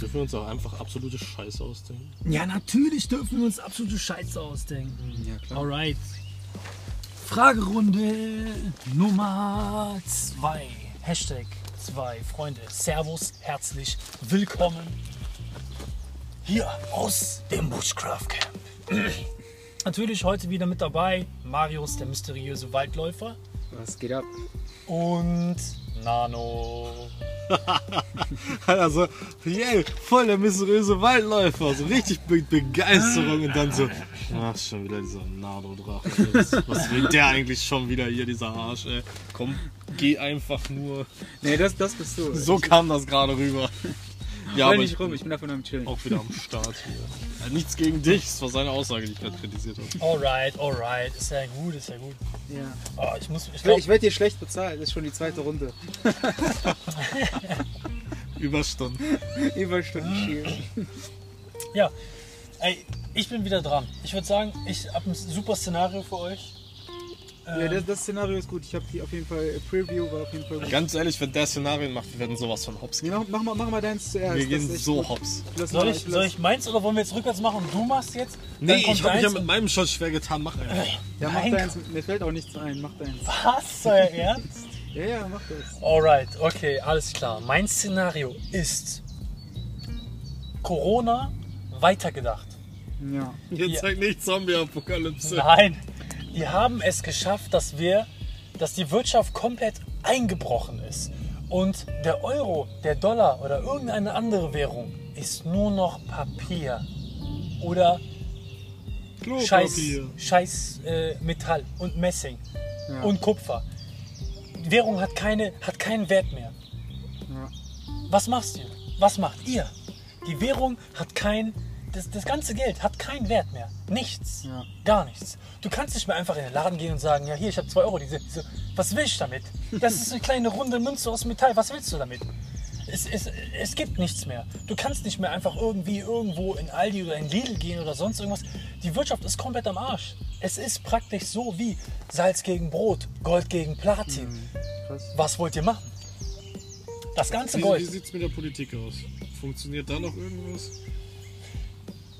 Dürfen wir uns auch einfach absolute Scheiße ausdenken? Ja, natürlich dürfen wir uns absolute Scheiße ausdenken. Ja, klar. Alright. Fragerunde Nummer 2. Hashtag 2. Freunde, Servus, herzlich willkommen hier aus dem Bushcraft Camp. Natürlich heute wieder mit dabei Marius, der mysteriöse Waldläufer Was geht ab? und Nano. Also, yay, voll der mysteriöse Waldläufer. So richtig Be Begeisterung und dann so, ach, schon wieder dieser Nardo-Drache. Was will der eigentlich schon wieder hier, dieser Arsch, ey? Komm, geh einfach nur. Nee, das, das bist du. So kam das gerade rüber. Ja, Roll aber nicht ich rum, ich bin Oh. davon am Chillen. auch wieder am Start hier. Äh, Nichts gegen dich, das war seine Aussage, die ich gerade kritisiert habe. Alright, alright. Ist ja gut, ist ja gut. Ja. Oh, ich muss, ich Ich, werd- glaube, ich werde dir schlecht bezahlt, das ist schon die zweite Runde. Überstunden. Überstunden schielen. Ja, ey, ich bin wieder dran. Ich würde sagen, ich habe ein super Szenario für euch. Ja, das, das Szenario ist gut. Ich habe die auf jeden Fall, äh, Preview war auf jeden Fall gut. Ganz ehrlich, wenn der Szenarien macht, wir werden sowas von hops Nee, gehen. mach, mach, mal, mach mal deins zuerst. Wir das ist gehen echt so gut. hops. Lass Soll mal- ich, soll ich meins oder wollen wir jetzt rückwärts machen? Du machst jetzt? Nee, kommt ich habe mich ja deins mit und- meinem schon schwer getan. Mach einfach. Ja, mach Nein. deins. Mir fällt auch nichts ein. Mach deins. Was? Euer Ernst? Ja, ja, mach das. Alright, okay, alles klar. Mein Szenario ist Corona weitergedacht. Ja. Jetzt Ja. zeigt nicht Zombie-Apokalypse. Nein, die haben es geschafft, dass wir, dass die Wirtschaft komplett eingebrochen ist. Und der Euro, der Dollar oder irgendeine andere Währung ist nur noch Papier oder Klopapier. Scheiß, Scheiß äh, Metall und Messing Ja. und Kupfer. Die Währung hat, keine, hat keinen Wert mehr. Ja. Was machst du? Was macht ihr? Die Währung hat kein. Das, das ganze Geld hat keinen Wert mehr. Nichts. Ja. Gar nichts. Du kannst nicht mehr einfach in den Laden gehen und sagen, ja hier, ich habe 2 Euro. Diese, diese, was will ich damit? Das ist eine kleine runde Münze aus Metall. Was willst du damit? Es, es, es gibt nichts mehr. Du kannst nicht mehr einfach irgendwie irgendwo in Aldi oder in Lidl gehen oder sonst irgendwas. Die Wirtschaft ist komplett am Arsch. Es ist praktisch so wie Salz gegen Brot, Gold gegen Platin. Mhm. Krass. Was wollt ihr machen? Das ganze Wie, wie Gold. sieht es mit der Politik aus? Funktioniert da noch irgendwas?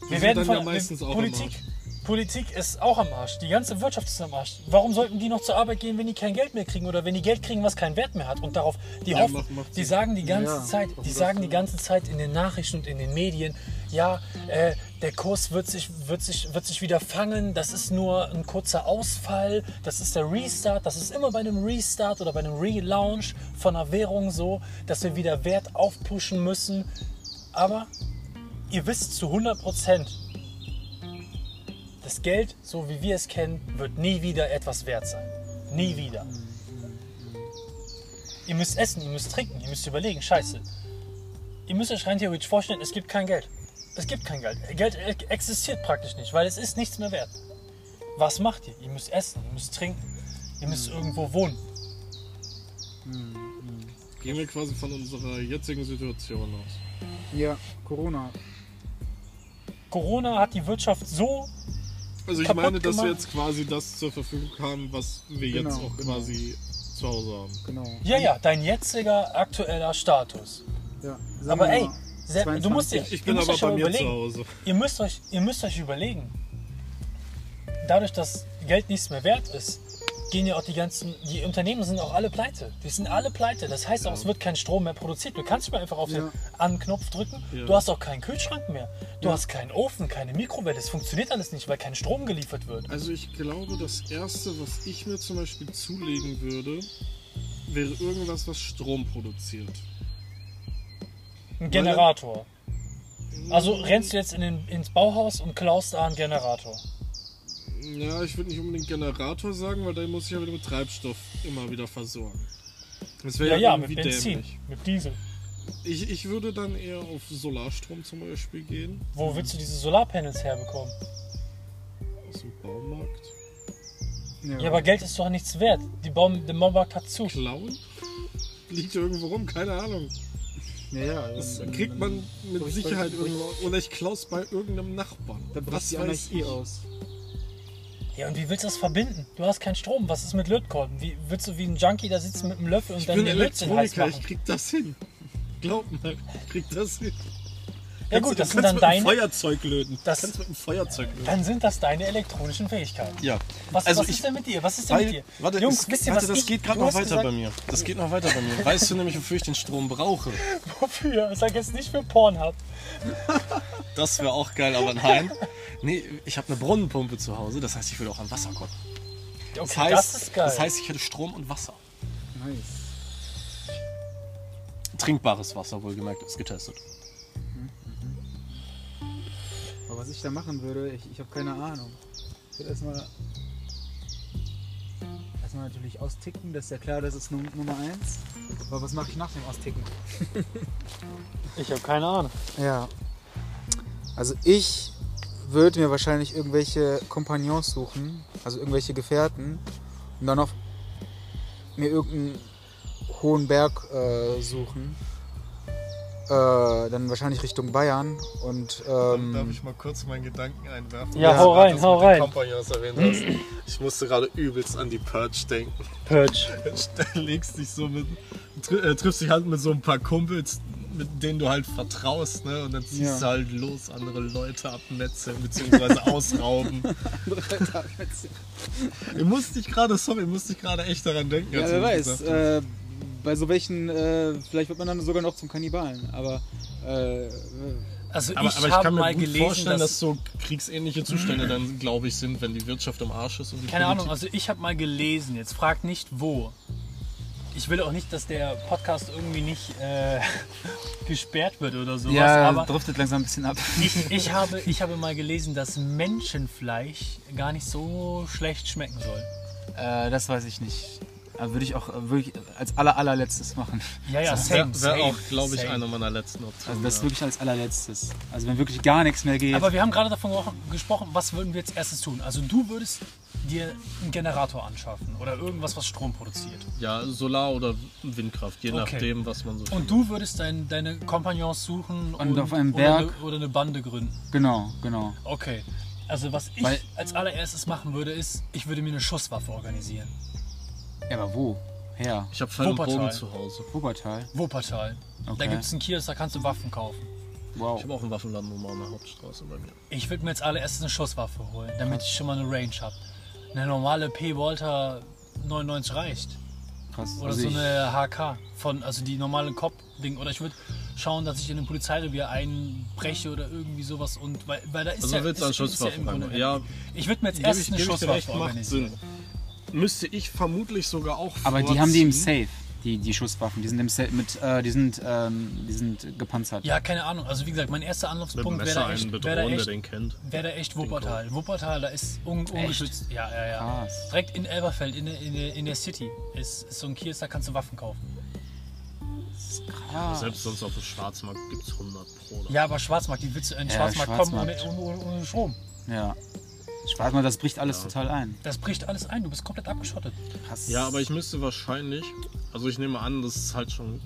Wir sind werden dann von ja meistens wir- auch am Politik, Politik ist auch am Arsch. Die ganze Wirtschaft ist am Arsch. Warum sollten die noch zur Arbeit gehen, wenn die kein Geld mehr kriegen oder wenn die Geld kriegen, was keinen Wert mehr hat? Und darauf, die Ja, hoffen, macht- macht die Sinn. sagen die ganze Ja, Zeit, warum die das sagen die denn? ganze Zeit in den Nachrichten und in den Medien, ja, äh, der Kurs wird sich, wird, sich, wird sich wieder fangen, das ist nur ein kurzer Ausfall, das ist der Restart, das ist immer bei einem Restart oder bei einem Relaunch von einer Währung so, dass wir wieder Wert aufpushen müssen. Aber ihr wisst zu 100 Prozent, das Geld, so wie wir es kennen, wird nie wieder etwas wert sein. Nie wieder. Ihr müsst essen, ihr müsst trinken, ihr müsst überlegen, scheiße. Ihr müsst euch rein theoretisch vorstellen, es gibt kein Geld. Es gibt kein Geld. Geld e- existiert praktisch nicht, weil es ist nichts mehr wert. Was macht ihr? Ihr müsst essen, ihr müsst trinken, ihr müsst Hm. irgendwo wohnen. Gehen wir quasi von unserer jetzigen Situation aus. Ja, Corona. Corona hat die Wirtschaft so Also ich Kaputt meine, dass wir gemacht. jetzt quasi das zur Verfügung haben, was wir Genau, jetzt auch genau. quasi zu Hause haben. Genau. Ja, ja, dein jetziger aktueller Status. Ja. Sagen aber wir ey, mal, Sepp, du 22. musst dir, Ich ihr bin müsst aber euch aber bei mir zu überlegen, Hause. ihr müsst, euch, ihr müsst euch überlegen, dadurch, dass Geld nichts mehr wert ist, gehen ja auch die ganzen, die Unternehmen sind auch alle pleite. Die sind alle pleite. Das heißt auch, es wird kein Strom mehr produziert. Du kannst nicht mehr einfach auf den Ja. Anknopf drücken. Ja. Du hast auch keinen Kühlschrank mehr. Du hast keinen Ofen, keine Mikrowelle. Es funktioniert alles nicht, weil kein Strom geliefert wird. Also ich glaube, das Erste, was ich mir zum Beispiel zulegen würde, wäre irgendwas, was Strom produziert. Ein Generator. Also rennst du jetzt in den, ins Bauhaus und klaust da einen Generator. Ja, ich würde nicht unbedingt Generator sagen, weil dann muss ich ja wieder mit Treibstoff immer wieder versorgen. Das wäre Ja, ja, ja, mit irgendwie Benzin, dämlich. mit Diesel. Ich, ich würde dann eher auf Solarstrom zum Beispiel gehen. Wo willst du diese Solarpanels herbekommen? Aus dem Baumarkt. Ja, aber Geld ist doch nichts wert. Die Baum, der Baumarkt hat zu. Klauen? Liegt irgendwo rum, keine Ahnung. Ja, ja, Das dann- kriegt man mit Bricht- Sicherheit bricht- irgendwo. Oder ich klau's bei irgendeinem Nachbarn. Dann bricht Was die weiß eh Anarchie ich. aus. Ja, und wie willst du das verbinden? Du hast keinen Strom. Was ist mit Lötkolben? Wie willst du wie ein Junkie da sitzen mit einem Löffel und Ich dann bin den Lötzinn heiß Elektroniker, ich machen? krieg das hin. Glaub mal, ich krieg das hin. Ja Kannst du- gut, das kannst sind dann mit einem deine, Feuerzeug löten. Das- kannst mit einem Feuerzeug löten. dann sind das deine elektronischen Fähigkeiten. ja. Was, also was ich, ist denn mit dir? Was ist denn mit weil, dir? warte, Jungs, es, wisst ihr, warte, was das ich, geht gerade du noch hast weiter gesagt, bei mir. Das geht noch weiter bei mir. Weißt du nämlich, wofür ich den Strom brauche? Wofür? Sag jetzt nicht für Pornhub. Das wäre auch geil, aber nein. Nee, ich habe eine Brunnenpumpe zu Hause, das heißt, ich würde auch an Wasser kommen. Okay, Das heißt, das ist geil. das heißt ich hätte Strom und Wasser. Nice. Trinkbares Wasser, wohlgemerkt, ist getestet. Aber was ich da machen würde, ich, ich habe keine Ahnung. Ich würde erstmal. Erstmal natürlich austicken, das ist ja klar, das ist Num Nummer eins. Aber was mache ich nach dem Austicken? ich habe keine Ahnung. Ja. Also ich würde mir wahrscheinlich irgendwelche Kompagnons suchen, also irgendwelche Gefährten, und dann auf mir irgendeinen hohen Berg äh, suchen. Äh, dann wahrscheinlich Richtung Bayern und ähm, Darf ich mal kurz meinen Gedanken einwerfen? Ja, Weil hau du gerade rein, das hau mit den rein. Kompagnons erwähnt hast. Ich musste gerade übelst an die Purge denken. Purge. Du legst dich so mit, tri äh, triffst dich halt mit so ein paar Kumpels, mit denen du halt vertraust, ne? Und dann ziehst Ja. du halt los, andere Leute abmetzeln bzw. ausrauben. Ich musste dich gerade, sorry, ich musste dich gerade echt daran denken. Ja, als wer du das weiß. gesagt hast. Äh, bei so welchen, äh, vielleicht wird man dann sogar noch zum Kannibalen, aber. Äh, Also aber, ich, aber ich habe kann mir mal gut gelesen, vorstellen, dass, dass so kriegsähnliche Zustände dann, glaube ich, sind, wenn die Wirtschaft im Arsch ist. Und die Keine Ahnung, Politik- also ich habe mal gelesen, jetzt fragt nicht wo. Ich will auch nicht, dass der Podcast irgendwie nicht äh, gesperrt wird oder sowas, aber driftet langsam ein bisschen ab. ich, ich, habe, ich habe mal gelesen, dass Menschenfleisch gar nicht so schlecht schmecken soll. Äh, das weiß ich nicht. Aber würde ich auch äh, wirklich als aller, allerletztes machen. Ja, ja, same, Wär- same, Wär auch, glaube ich, same. einer meiner letzten Optionen. Also das ja. wirklich als allerletztes. Also wenn wirklich gar nichts mehr geht. Aber wir haben gerade davon geho- gesprochen, was würden wir jetzt erstes tun? Also du würdest dir einen Generator anschaffen oder irgendwas, was Strom produziert. Ja, Solar oder Windkraft, je Okay. nachdem, was man so Und du würdest dein, deine Kompagnons suchen Und auf einem Berg. Oder, eine, oder eine Bande gründen. genau, genau. Okay. Also was ich Weil- als allererstes machen würde, ist, ich würde mir eine Schusswaffe organisieren. Ja, aber wo? Her. Ich habe Pfeil und Bogen Wuppertal. zu Hause. Wuppertal. Wuppertal. Da Okay. gibt es einen Kiosk, da kannst du Waffen kaufen. Ich Wow. habe auch einen Waffenladen um an der Hauptstraße bei mir. Ich würde mir jetzt allererstes eine Schusswaffe holen, damit ich schon mal eine Range habe. Eine normale P-Volta 99 reicht. Krass. Oder Also so ich, eine HK von, also die normale Cop-Ding. Oder ich würde schauen, dass ich in ein Polizeirevier einbreche oder irgendwie sowas und weil, weil da ist Also ja, willst du ist- an ist ja Schusswaffen im Grunde- ran? Ja, Ich würde mir jetzt gebe erst ich, eine geb ich dir recht, Schusswaffe macht organisieren. Sinn. Müsste ich vermutlich sogar auch aber die haben die im vorziehen. Safe, die, die Schusswaffen. Die sind im Safe mit, äh, die sind, ähm, die sind gepanzert. Ja, keine Ahnung. Also wie gesagt, mein erster Mit dem Anlaufspunkt wäre Messer da einen echt, wär da bedrohen, der echt, den kennt. wär da echt Wuppertal. Wuppertal, da ist un ungeschützt. Ja, ja, ja. Krass. Direkt in Elberfeld, in, der- in, der- in der City, ist, ist so ein Kiosk, da kannst du Waffen kaufen. Krass. Selbst sonst auf dem Schwarzmarkt gibt es 100 pro. Ja, aber Schwarzmarkt, die willst du in den Ja, Schwarzmarkt, Schwarzmarkt. kommen ohne, ohne, ohne Strom. Ja. Ich weiß mal, das bricht alles total ein. Das bricht alles ein, du bist komplett abgeschottet. Krass. Ja, aber ich müsste wahrscheinlich, also ich nehme an, dass es halt schon,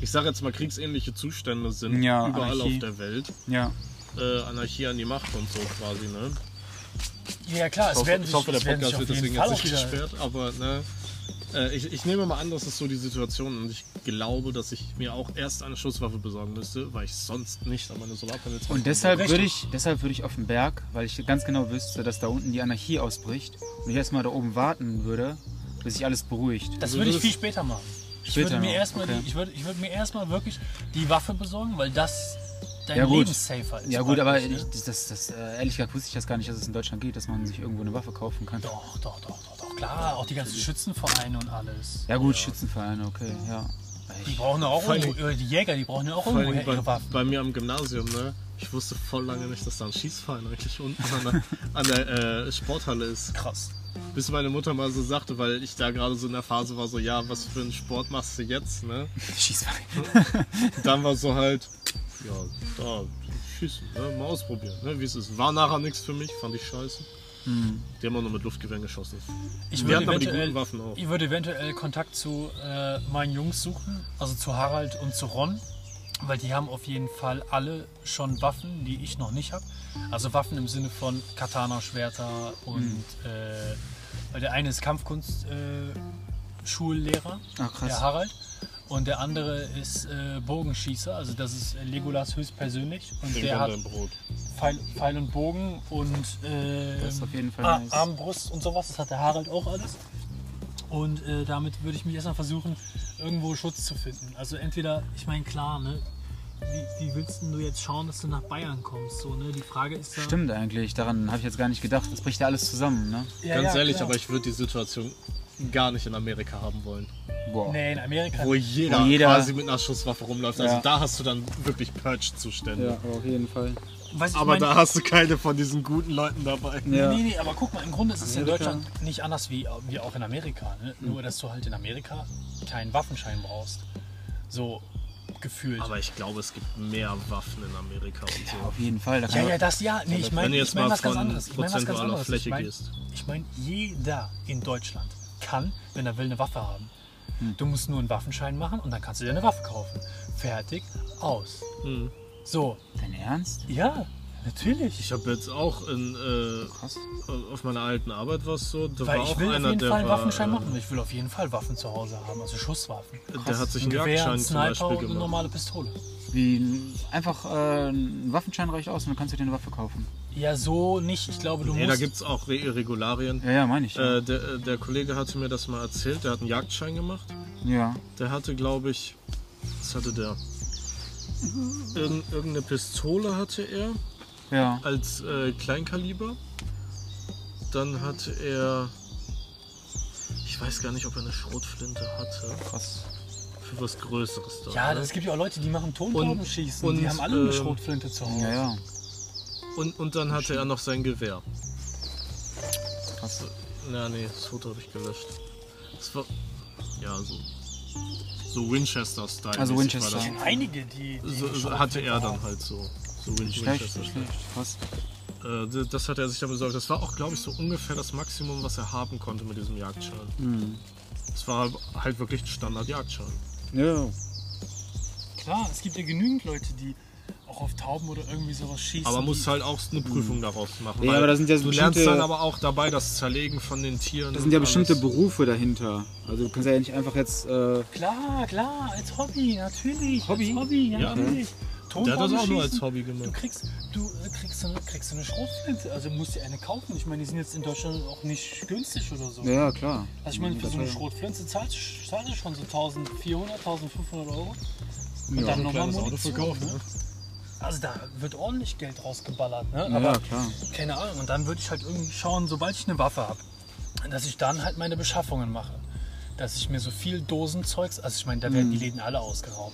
ich sage jetzt mal, kriegsähnliche Zustände sind Ja, überall Anarchie. auf der Welt. Ja. Äh, Anarchie an die Macht und so quasi, ne? Ja klar, Ich es hoffe, werden ich hoffe der es werden Podcast auf wird jeden deswegen Fall jetzt auch nicht wieder- gesperrt, aber ne, äh, ich, ich nehme mal an, das ist so die Situation und ich glaube, dass ich mir auch erst eine Schusswaffe besorgen müsste, weil ich sonst nicht an meine Solarpanels rankomme. Und deshalb Richtig. würde ich, deshalb würde ich auf den Berg, weil ich ganz genau wüsste, dass da unten die Anarchie ausbricht und ich erstmal da oben warten würde, bis sich alles beruhigt. Das Also würde ich das- viel später machen. Ich Später würde mir noch, erstmal okay. die- ich würde, ich würde mir erstmal wirklich die Waffe besorgen, weil das dein Ja, gut. Lebenssafer ist. ja gut, aber praktisch, ne? ich, das, das, das, äh, ehrlich gesagt wusste ich das gar nicht, dass es in Deutschland geht, dass man sich irgendwo eine Waffe kaufen kann. Doch, doch, doch, doch, doch, klar. Auch die ganzen Schützenvereine und alles. Ja gut, Schützenvereine, okay, ja. Die brauchen ja auch Vor allem- irgendwo, äh, die Jäger, die brauchen ja auch Vor irgendwo allem ihre bei, Waffen. bei mir am Gymnasium, ne? Ich wusste voll lange nicht, dass da ein Schießverein richtig unten an der, an der äh, Sporthalle ist. Krass. Bis meine Mutter mal so sagte, weil ich da gerade so in der Phase war, so, ja, was für einen Sport machst du jetzt, ne? Schießvereine. Dann war so halt, ja, da, schießen, ne? mal ausprobieren, ne? wie es ist. War nachher nichts für mich, fand ich scheiße. Die haben auch nur mit Luftgewehren geschossen. Ich Wir würde, hatten aber die Hm. eventuell, guten Waffen auch. ich würde eventuell Kontakt zu äh, meinen Jungs suchen, also zu Harald und zu Ron, weil die haben auf jeden Fall alle schon Waffen, die ich noch nicht habe. Also Waffen im Sinne von Katana, Schwerter und Hm. äh, weil der eine ist Kampfkunst äh, Schullehrer, Ah, krass. der Harald. Und der andere ist äh, Bogenschießer, also das ist Legolas höchstpersönlich. Und Trink der an hat dein Brot. Pfeil, Pfeil und Bogen und äh, Das ist auf jeden Fall Ar- nice. Armbrust und sowas. Das hat der Harald auch alles. Und äh, damit würde ich mich erstmal versuchen, irgendwo Schutz zu finden. Also entweder, ich meine klar, ne? Wie, wie willst denn du jetzt schauen, dass du nach Bayern kommst? So, ne? Die Frage ist ja. Stimmt eigentlich, daran habe ich jetzt gar nicht gedacht. Das bricht ja alles zusammen, ne? Ja, Ganz ja, genau. ehrlich, klar. aber ich würde die Situation gar nicht in Amerika haben wollen. Boah. Nee, in Amerika. Wo jeder, Wo jeder- quasi mit einer Schusswaffe rumläuft. Also Ja. da hast du dann wirklich Purge-Zustände. auf jeden Fall. Weiß ich, Aber mein- da hast du keine von diesen guten Leuten dabei. Ja. Nee, nee, nee, aber guck mal, im Grunde ist es Amerika. in Deutschland nicht anders wie, wie auch in Amerika. Ne? Nur, dass du halt in Amerika keinen Waffenschein brauchst. So gefühlt. Aber ich glaube, es gibt mehr Waffen in Amerika und so. Auf jeden Fall. Da kann ja, man- ja, das ja. Nee, ich Wenn meine du jetzt ich mein mal was ganz von anderes. Ich meine was ganz prozentualer anderes. Fläche ich meine, gehst. ich mein, jeder in Deutschland kann, wenn er will, eine Waffe haben. Hm. Du musst nur einen Waffenschein machen und dann kannst du dir eine Waffe kaufen. Fertig, aus. Hm. So, Dein Ernst? ja, natürlich. Ich habe jetzt auch in, äh, Krass. auf meiner alten Arbeit was so. Da Weil war ich auch will auf einer, jeden der, Fall einen war, Waffenschein äh, machen. Ich will auf jeden Fall Waffen zu Hause haben, also Schusswaffen. der hat sich einen Gewehr, Jagdschein einen zum Sniper Beispiel und eine gemacht. normale Pistole. Wie einfach äh, ein Waffenschein reicht aus und dann kannst du dir eine Waffe kaufen. Ja, so nicht. Ich glaube, du Nee, da musst. gibt es auch Re Regularien. Ja, ja, meine ich. Ja. Äh, der, äh, der Kollege hatte mir das mal erzählt, der hat einen Jagdschein gemacht. ja. Der hatte, glaube ich, was hatte der? Irg irgendeine Pistole hatte er ja. als äh, Kleinkaliber. Dann hatte er, ich weiß gar nicht, ob er eine Schrotflinte hatte. Krass. Für was Größeres da. ja, ne? es gibt ja auch Leute, die machen Tontaubenschießen. Und- Die haben alle eine ähm, Schrotflinte zu Hause. Ja, ja. und, und dann hatte er noch sein Gewehr. Krass. Na, nee, das Foto habe ich gelöscht. Das war, ja, so. So Winchester-Style. Also mäßig Winchester. war Ich kenne einige, die. die das. So, so Schrotflinte hatte er dann haben. halt so. So Nicht Win- schlecht, nicht Winchester-Style. schlecht. Krass. Äh, d- das hat er sich dann besorgt. Das war auch, glaube ich, so ungefähr das Maximum, was er haben konnte mit diesem Jagdschein. Hm. Es war halt wirklich ein Standard-Jagdschein. Ja. Klar, es gibt ja genügend Leute, die auch auf Tauben oder irgendwie sowas schießen. Aber musst die, halt auch eine Prüfung daraus machen. Hm. Ja, weil aber da sind ja so du lernst bestimmte- dann aber auch dabei das Zerlegen von den Tieren. Da sind ja und bestimmte alles. Berufe dahinter. Also du kannst ja nicht einfach jetzt. Äh, Klar, klar, als Hobby, natürlich. Hobby? Als Hobby, ja, Ja. natürlich. Der hat das auch nur Tontaubenschießen. als Hobby Du gemacht. kriegst, du äh, kriegst, eine, kriegst eine Schrotflinte, also musst dir eine kaufen. Ich meine, die sind jetzt in Deutschland auch nicht günstig oder so. ja, ja, klar. Also ich meine, für so eine Ja. Schrotflinte zahlst du- zahlst du schon so 1400, 1500 Euro. Und Ja. dann nochmal kleines Auto Munition. verkauft, ne? ne? Also da wird ordentlich Geld rausgeballert, ne? Ja, Aber klar. keine Ahnung. Und dann würde ich halt irgendwie schauen, sobald ich eine Waffe habe, dass ich dann halt meine Beschaffungen mache. Dass ich mir so viel Dosenzeugs, also ich meine, da Mhm. werden die Läden alle ausgeraubt.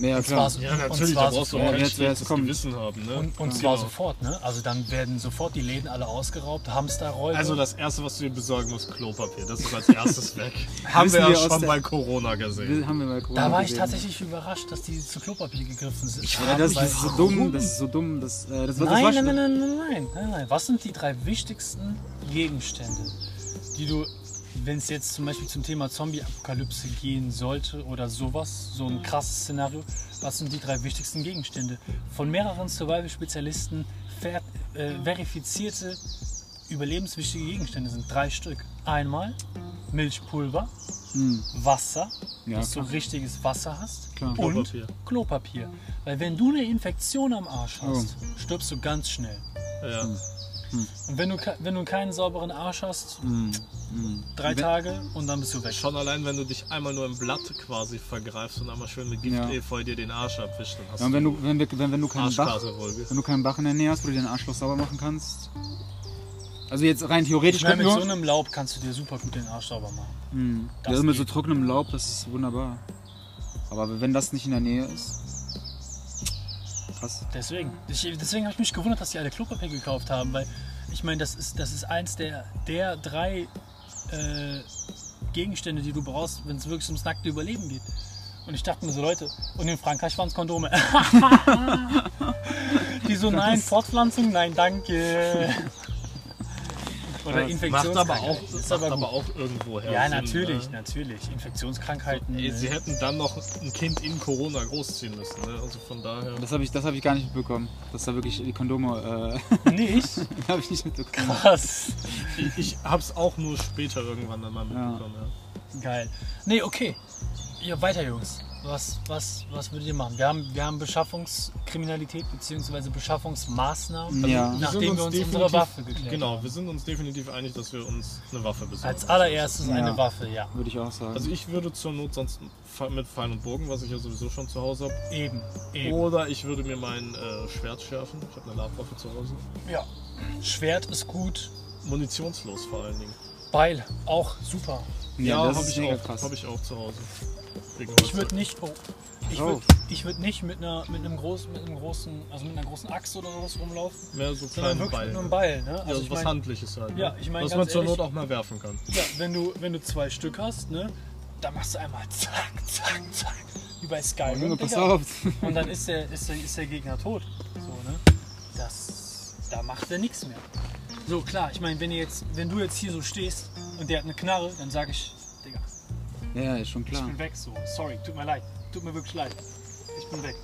Ja, klar. so- Ja, und natürlich, da zwar brauchst du so- auch Ja, ein jetzt wär's schlechtes kommt. Gewissen haben. Ne? Und, und Ja. zwar sofort, ne? Also dann werden sofort die Läden alle ausgeraubt, Hamsterräume. Also das Erste, was du dir besorgen musst, Klopapier. Das ist als erstes weg. Haben Wissen wir ja wir aus schon der- bei Corona gesehen. Haben wir mal Corona da war ich gesehen. tatsächlich überrascht, dass die zu Klopapier gegriffen sind. Ich Ja, das, das ist so dumm, das ist so dumm. Das, äh, das, war- das war Nein, schon- nein, nein, nein, nein, nein, nein, nein. Was sind die drei wichtigsten Gegenstände, die du, wenn es jetzt zum Beispiel zum Thema Zombie-Apokalypse gehen sollte oder sowas, so ein krasses Szenario, was sind die drei wichtigsten Gegenstände? Von mehreren Survival-Spezialisten ver äh, verifizierte überlebenswichtige Gegenstände sind drei Stück. Einmal Milchpulver, Hm. Wasser, Ja, dass du richtiges Wasser hast Klar. und Klopapier. Klopapier. Weil wenn du eine Infektion am Arsch Oh. hast, stirbst du ganz schnell. Ja. Und wenn du, ke- wenn du keinen sauberen Arsch hast, Hm. Hm. drei Tage und dann bist du weg. Schon allein, wenn du dich einmal nur im Blatt quasi vergreifst und einmal schön mit Ja. Gift-Efeu dir den Arsch abwischst, dann hast Ja, und wenn du du, wenn, wir- wenn, wenn du keinen Bach, Arschkasefolge. wenn du keinen Bach in der Nähe hast, wo du deinen Arschloch sauber machen kannst. Also jetzt rein theoretisch Ich meine, mit könnten so wir- einem Laub kannst du dir super gut den Arsch sauber machen. Hm. Das ja, mit so geht. trockenem Laub, das ist wunderbar. Aber wenn das nicht in der Nähe ist. Krass. Deswegen. Ich, deswegen habe ich mich gewundert, dass die alle Klopapier gekauft haben, weil ich meine, das ist, das ist eins der, der drei äh, Gegenstände, die du brauchst, wenn es wirklich ums nackte Überleben geht. Und ich dachte mir so, Leute, und in Frankreich waren es Kondome. die so, nein, Fortpflanzung, nein, danke. Oder Macht Infektionskrankheiten. aber auch, ist macht aber aber, gut. auch irgendwo her. ja, Sinn, natürlich, Ne? natürlich. Infektionskrankheiten. Ey, äh, sie hätten dann noch ein Kind in Corona großziehen müssen. Ne? Also von daher. Das habe ich, das hab ich gar nicht mitbekommen. Dass da wirklich die Kondome. nicht? Äh, habe ich nicht mitbekommen. Krass. Ich hab's auch nur später irgendwann dann mal Ja. mitbekommen. Ja. Geil. Nee, okay. ihr weiter, Jungs. Was, was, was würdet ihr machen? Wir haben, wir haben Beschaffungskriminalität bzw. Beschaffungsmaßnahmen, Ja. Wir sind nachdem wir uns unsere definitiv- Waffe geklärt haben. Genau, wir sind uns definitiv einig, dass wir uns eine Waffe besorgen. Als allererstes eine Ja. Waffe, ja. Würde ich auch sagen. Also ich würde zur Not sonst fa- mit Pfeil und Bogen, was ich ja sowieso schon zu Hause habe. Eben, Oh. eben. Oder ich würde mir mein äh, Schwert schärfen. Ich habe eine Labwaffe zu Hause. Ja. Schwert ist gut, Munitionslos vor allen Dingen. Beil auch super. ja, das habe ist ich, mega auch- krass. hab ich auch zu Hause. Wegen Ich Holzhack. würde nicht, oh, ich Oh. würde ich würd nicht mit einer, mit einem großen, mit einem großen, also mit einer großen Axt oder sowas rumlaufen, mehr so sondern kleinen wirklich Ball. mit einem Beil, ne? Also ich was mein, Handliches halt. Ja, ich mein, Dass ganz man zur ehrlich- Not auch mal werfen kann. ja, wenn du, wenn du zwei Stück hast, ne, dann machst du einmal zack, zack, zack, wie bei Skyrim. Junge, pass Digga. auf. Und dann ist der, ist, der, ist der Gegner tot. So, ne? Das, da macht er nichts mehr. So, klar, ich meine, wenn, ihr jetzt- wenn du jetzt hier so stehst und der hat eine Knarre, dann sage ich, Digga, Ja, ist schon ich klar. bin weg. So, sorry, tut mir leid. Tut mir wirklich leid. Ich bin weg.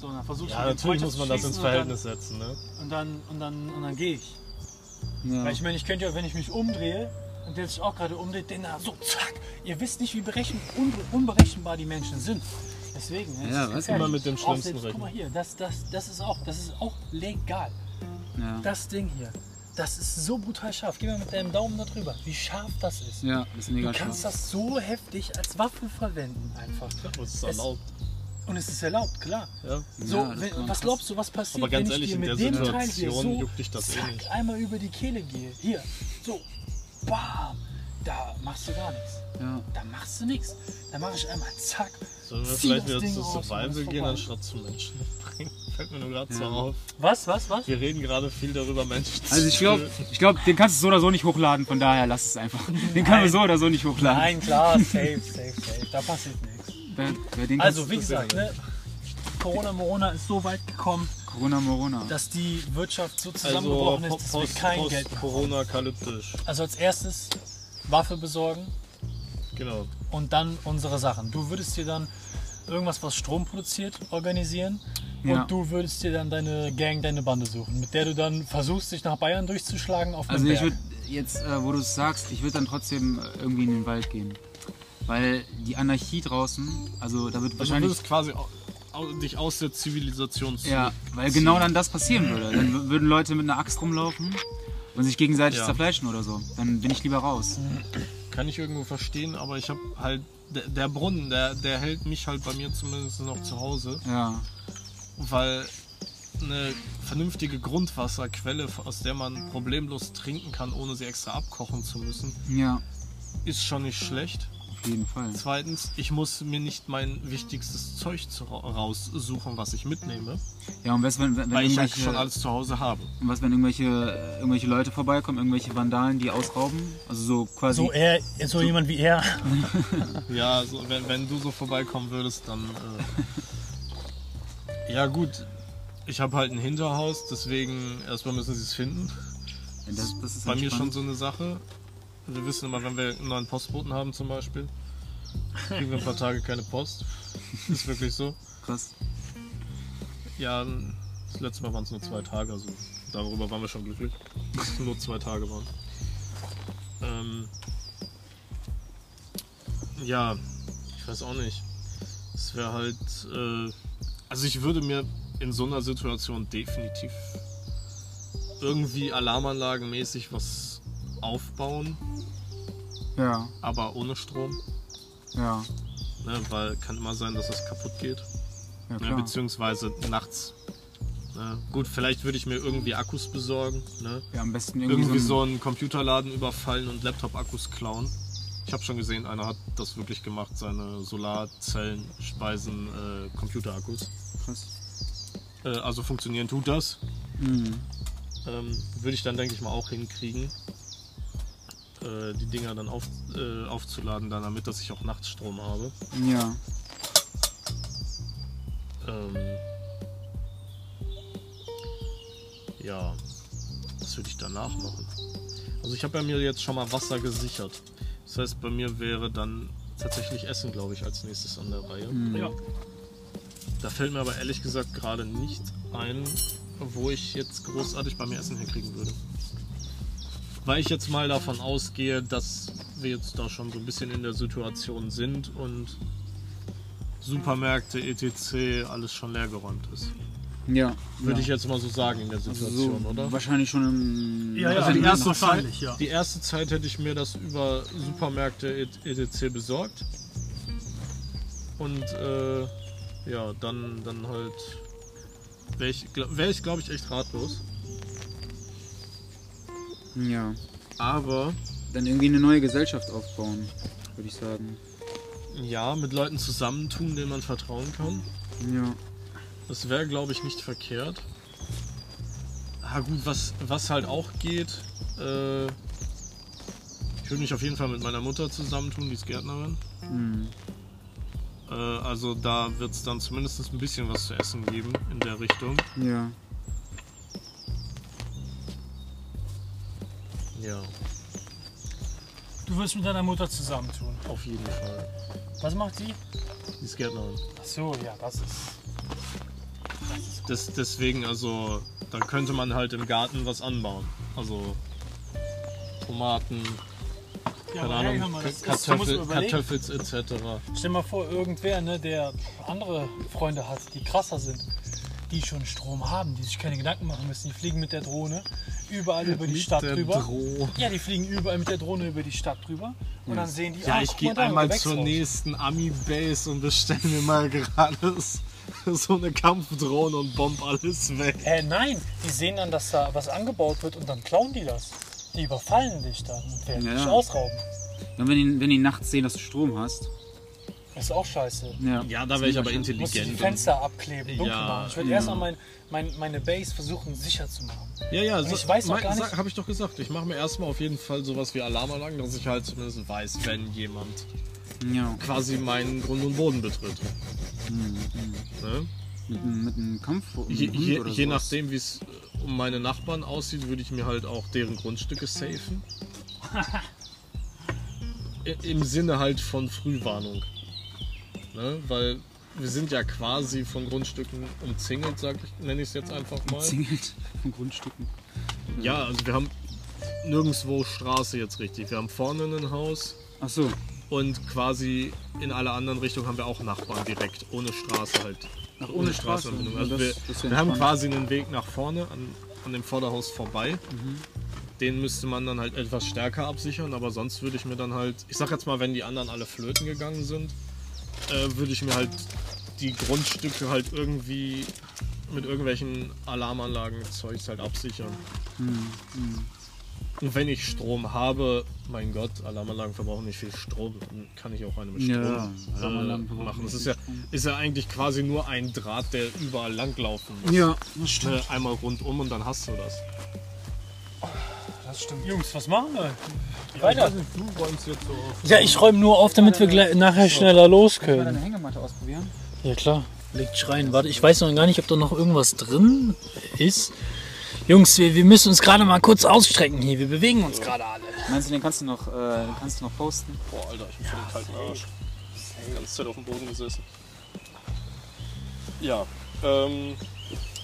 So, und dann versuchst Ja, du den natürlich Freundschaft muss man zu das ins schließen Verhältnis setzen. Ne? Und dann, und dann, und dann, und dann gehe ich. Ja. Weil ich meine, ich könnte ja, wenn ich mich umdrehe und der sich auch gerade umdreht, den da so zack. Ihr wisst nicht, wie berechen, un, unberechenbar die Menschen sind. Deswegen. ne, es Ja, ist was? gefährlich. Immer mit dem Auch Schlimmsten selbst- Guck rechnen. mal hier, das, das, das, ist auch, das ist auch legal. Ja. Das Ding hier, das ist so brutal scharf. Geh mal mit deinem Daumen da drüber, wie scharf das ist. ja, das ist mega Du kannst scharf. das so heftig als Waffe verwenden einfach. Aber es ist Es- erlaubt. Und es ist erlaubt, klar. Ja. So, Ja, das kann wenn, man was krass- glaubst du, was passiert, Aber ganz wenn ehrlich, ich dir in mit der dem Teil hier Situation so juckt dich das eh zack, nicht. einmal über die Kehle gehe? Hier, so, bam, da machst du gar nichts. Ja. Da machst du nichts. Da mache ich einmal zack. Sollen wir zieh vielleicht das wieder Ding zu raus und dann Survival ist gehen, vorbei. anstatt zu Menschen bringen? Fällt mir nur gerade so Ja. auf. Was, was, was? Wir reden gerade viel darüber, Menschen zu Also ich glaube, töten. ich glaub, den kannst du so oder so nicht hochladen, von daher lass es einfach. Den können wir so oder so nicht hochladen. Nein, klar, safe, safe, safe. Da passiert nichts. Bei- bei den Also, kannst wie du- gesagt, ne, Corona Morona ist so weit gekommen, Corona Morona. dass die Wirtschaft so Also zusammengebrochen po- ist, dass wir post, kein Geld post mehr corona kalyptisch Also als erstes Waffe besorgen Genau. und dann unsere Sachen. Du würdest dir dann irgendwas, was Strom produziert, organisieren. Ja. Und du würdest dir dann deine Gang, deine Bande suchen, mit der du dann versuchst, dich nach Bayern durchzuschlagen auf Also einem ich Berg. würde jetzt, äh, wo du es sagst, ich würde dann trotzdem äh, irgendwie in den Wald gehen. Weil die Anarchie draußen, also da wird Also du wahrscheinlich. würdest quasi au- au- dich aus der Zivilisation ziehen. Ja, weil genau dann das passieren würde. Dann w- würden Leute mit einer Axt rumlaufen und sich gegenseitig Ja. zerfleischen oder so. Dann bin ich lieber raus. Kann ich irgendwo verstehen, aber ich habe halt... Der, der Brunnen, der, der hält mich halt bei mir zumindest noch zu Hause, Ja. weil eine vernünftige Grundwasserquelle, aus der man problemlos trinken kann, ohne sie extra abkochen zu müssen, Ja, ist schon nicht schlecht. auf jeden Fall. Zweitens, ich muss mir nicht mein wichtigstes Zeug zu, raussuchen, was ich mitnehme, Ja, und was, wenn, wenn, äh, weil ich ja irgendwelche, schon alles zu Hause habe. und was, wenn irgendwelche, äh, irgendwelche Leute vorbeikommen, irgendwelche Vandalen, die ausrauben? Also so quasi. so er, so jemand wie er. Ja, so, wenn, wenn du so vorbeikommen würdest, dann. Äh, ja, gut. Ich habe halt ein Hinterhaus, deswegen erstmal müssen sie es finden. das, das ist Bei halt mir schon spannend. so eine Sache. Wir wissen immer, wenn wir einen neuen Postboten haben, zum Beispiel, kriegen wir ein paar Tage keine Post. Ist wirklich so. krass. Ja, das letzte Mal waren es nur zwei Tage, also darüber waren wir schon glücklich, dass es nur zwei Tage waren. Ähm, ja, ich weiß auch nicht. Es wäre halt. Äh, also, ich würde mir in so einer Situation definitiv irgendwie alarmanlagenmäßig was aufbauen, Ja, aber ohne Strom. ja. Ne, weil kann immer sein, dass das kaputt geht. Ja, Ja, klar. Ne, beziehungsweise nachts. Ja, gut, vielleicht würde ich mir irgendwie Akkus besorgen. Ne? Ja, am besten irgendwie, Irgendwie, so, so einen Computerladen überfallen und Laptop-Akkus klauen. Ich habe schon gesehen, einer hat das wirklich gemacht. Seine Solarzellen speisen äh, Computerakkus. ein- krass. Äh, also funktionieren tut das. Mhm. Ähm, würde ich dann, denke ich mal, auch hinkriegen, äh, die Dinger dann auf, äh, aufzuladen, dann, damit dass ich auch nachts Strom habe. Ja. Ähm, ja, was würde ich danach machen? Also ich habe bei mir jetzt schon mal Wasser gesichert. Das heißt, bei mir wäre dann tatsächlich Essen, glaube ich, als nächstes an der Reihe. Mhm. Ja. Da fällt mir aber ehrlich gesagt gerade nicht ein, wo ich jetzt großartig bei mir Essen herkriegen würde. Weil ich jetzt mal davon ausgehe, dass wir jetzt da schon so ein bisschen in der Situation sind und Supermärkte, etc., alles schon leergeräumt ist. Ja. Würde ja. ich jetzt mal so sagen in der also Situation, so oder? wahrscheinlich schon im. Ja, ja, Also die ja, erste, Zeit, wahrscheinlich, ja. die erste Zeit hätte ich mir das über Supermärkte et- etc. besorgt. Und äh, ja, dann, dann halt wäre ich, wär ich glaube ich, echt ratlos. ja. Aber Dann irgendwie eine neue Gesellschaft aufbauen, würde ich sagen. ja, mit Leuten zusammentun, denen man vertrauen kann. Ja. Das wäre, glaube ich, nicht verkehrt. Ah gut, was, was halt auch geht, äh, ich würde mich auf jeden Fall mit meiner Mutter zusammentun, die ist Gärtnerin. Mhm. Äh, also da wird es dann zumindest ein bisschen was zu essen geben in der Richtung. Ja. Ja, Du wirst mit deiner Mutter zusammentun. auf jeden Fall. Was macht sie? Die ist Gärtnerin. Ach so, ja, das ist. Das, deswegen, also, da könnte man halt im Garten was anbauen. Also Tomaten, keine Ja, aber hey, hör Ahnung, mal, das, das, da muss man Kartoffel, überlegen. Kartoffels etc. Stell mal vor, irgendwer, ne, der andere Freunde hat, die krasser sind, die schon Strom haben, die sich keine Gedanken machen müssen. Die fliegen mit der Drohne überall über die Mit Stadt der drüber. Droh. Ja, die fliegen überall mit der Drohne über die Stadt drüber. Und dann sehen die, Ja, ah, ich guck gehe mal da, einmal Gewächshaus. zur nächsten Ami-Base und bestelle mir mal gerade s- so eine Kampfdrohne und bomb alles weg. Äh, nein, die sehen dann, dass da was angebaut wird und dann klauen die das. Die überfallen dich dann und werden Ja, dich ja. ausrauben. Und wenn die, wenn die nachts sehen, dass du Strom hast. Ist auch scheiße. Ja, Musst du die Fenster abkleben, dunkel Ja, machen. Ich werde ja. erstmal mein, mein, meine Base versuchen sicher zu machen. Ja, ja, so, ich weiß auch gar nicht- Habe ich doch gesagt. Ich mache mir erstmal auf jeden Fall sowas wie Alarmanlagen, dass ich halt zumindest weiß, wenn jemand Ja. quasi meinen Grund und Boden betritt. Mhm, Ne? Mit, einem- mit einem Kampf. mit einem Je, Hund je, Mhm, oder je sowas. nachdem, wie es um meine Nachbarn aussieht, würde ich mir halt auch deren Grundstücke safen. I- Im Sinne halt von Frühwarnung. Ne? Weil wir sind ja quasi von Grundstücken umzingelt, sag ich, nenne ich es jetzt einfach mal. Zingelt von Grundstücken. Ja, also wir haben nirgendwo Straße jetzt richtig. Wir haben vorne ein Haus Ach so. und quasi in alle anderen Richtungen haben wir auch Nachbarn direkt, ohne Straße halt. Ach, ohne ohne Straße. Straßenverbindung. Ja, Also das- wir, das wär wir haben entspannt. quasi einen Weg nach vorne an, an dem Vorderhaus vorbei. Mhm. Den müsste man dann halt etwas stärker absichern, aber sonst würde ich mir dann halt, ich sag jetzt mal, wenn die anderen alle flöten gegangen sind, äh, würde ich mir halt die Grundstücke halt irgendwie mit irgendwelchen Alarmanlagen Zeugs halt absichern. Hm, Und wenn ich Strom habe, mein Gott, Alarmanlagen verbrauchen nicht viel Strom, dann kann ich auch eine mit Ja, Strom äh, Alarmanlagen verbrauchen machen. nicht Das ist viel ja, ist ja eigentlich quasi nur ein Draht, der überall langlaufen muss. Ja, das stimmt. Ne, einmal rundum und dann hast du das. Das stimmt. Jungs, was machen wir? Weiter. Du räumst jetzt so auf. Ja, ich räume nur auf, damit wir gleich, nachher schneller los Kann ich mal können. deine Hängematte ausprobieren? Ja klar, legt schreien. Warte, ich weiß noch gar nicht, ob da noch irgendwas drin ist. Jungs, wir, wir müssen uns gerade mal kurz ausstrecken hier. Wir bewegen uns gerade alle. Meinst du, den kannst du noch, äh, den kannst du noch posten? Boah, Alter, ich bin für den kalten Arsch. Die ganze Zeit auf dem Boden gesessen. Ja, ähm,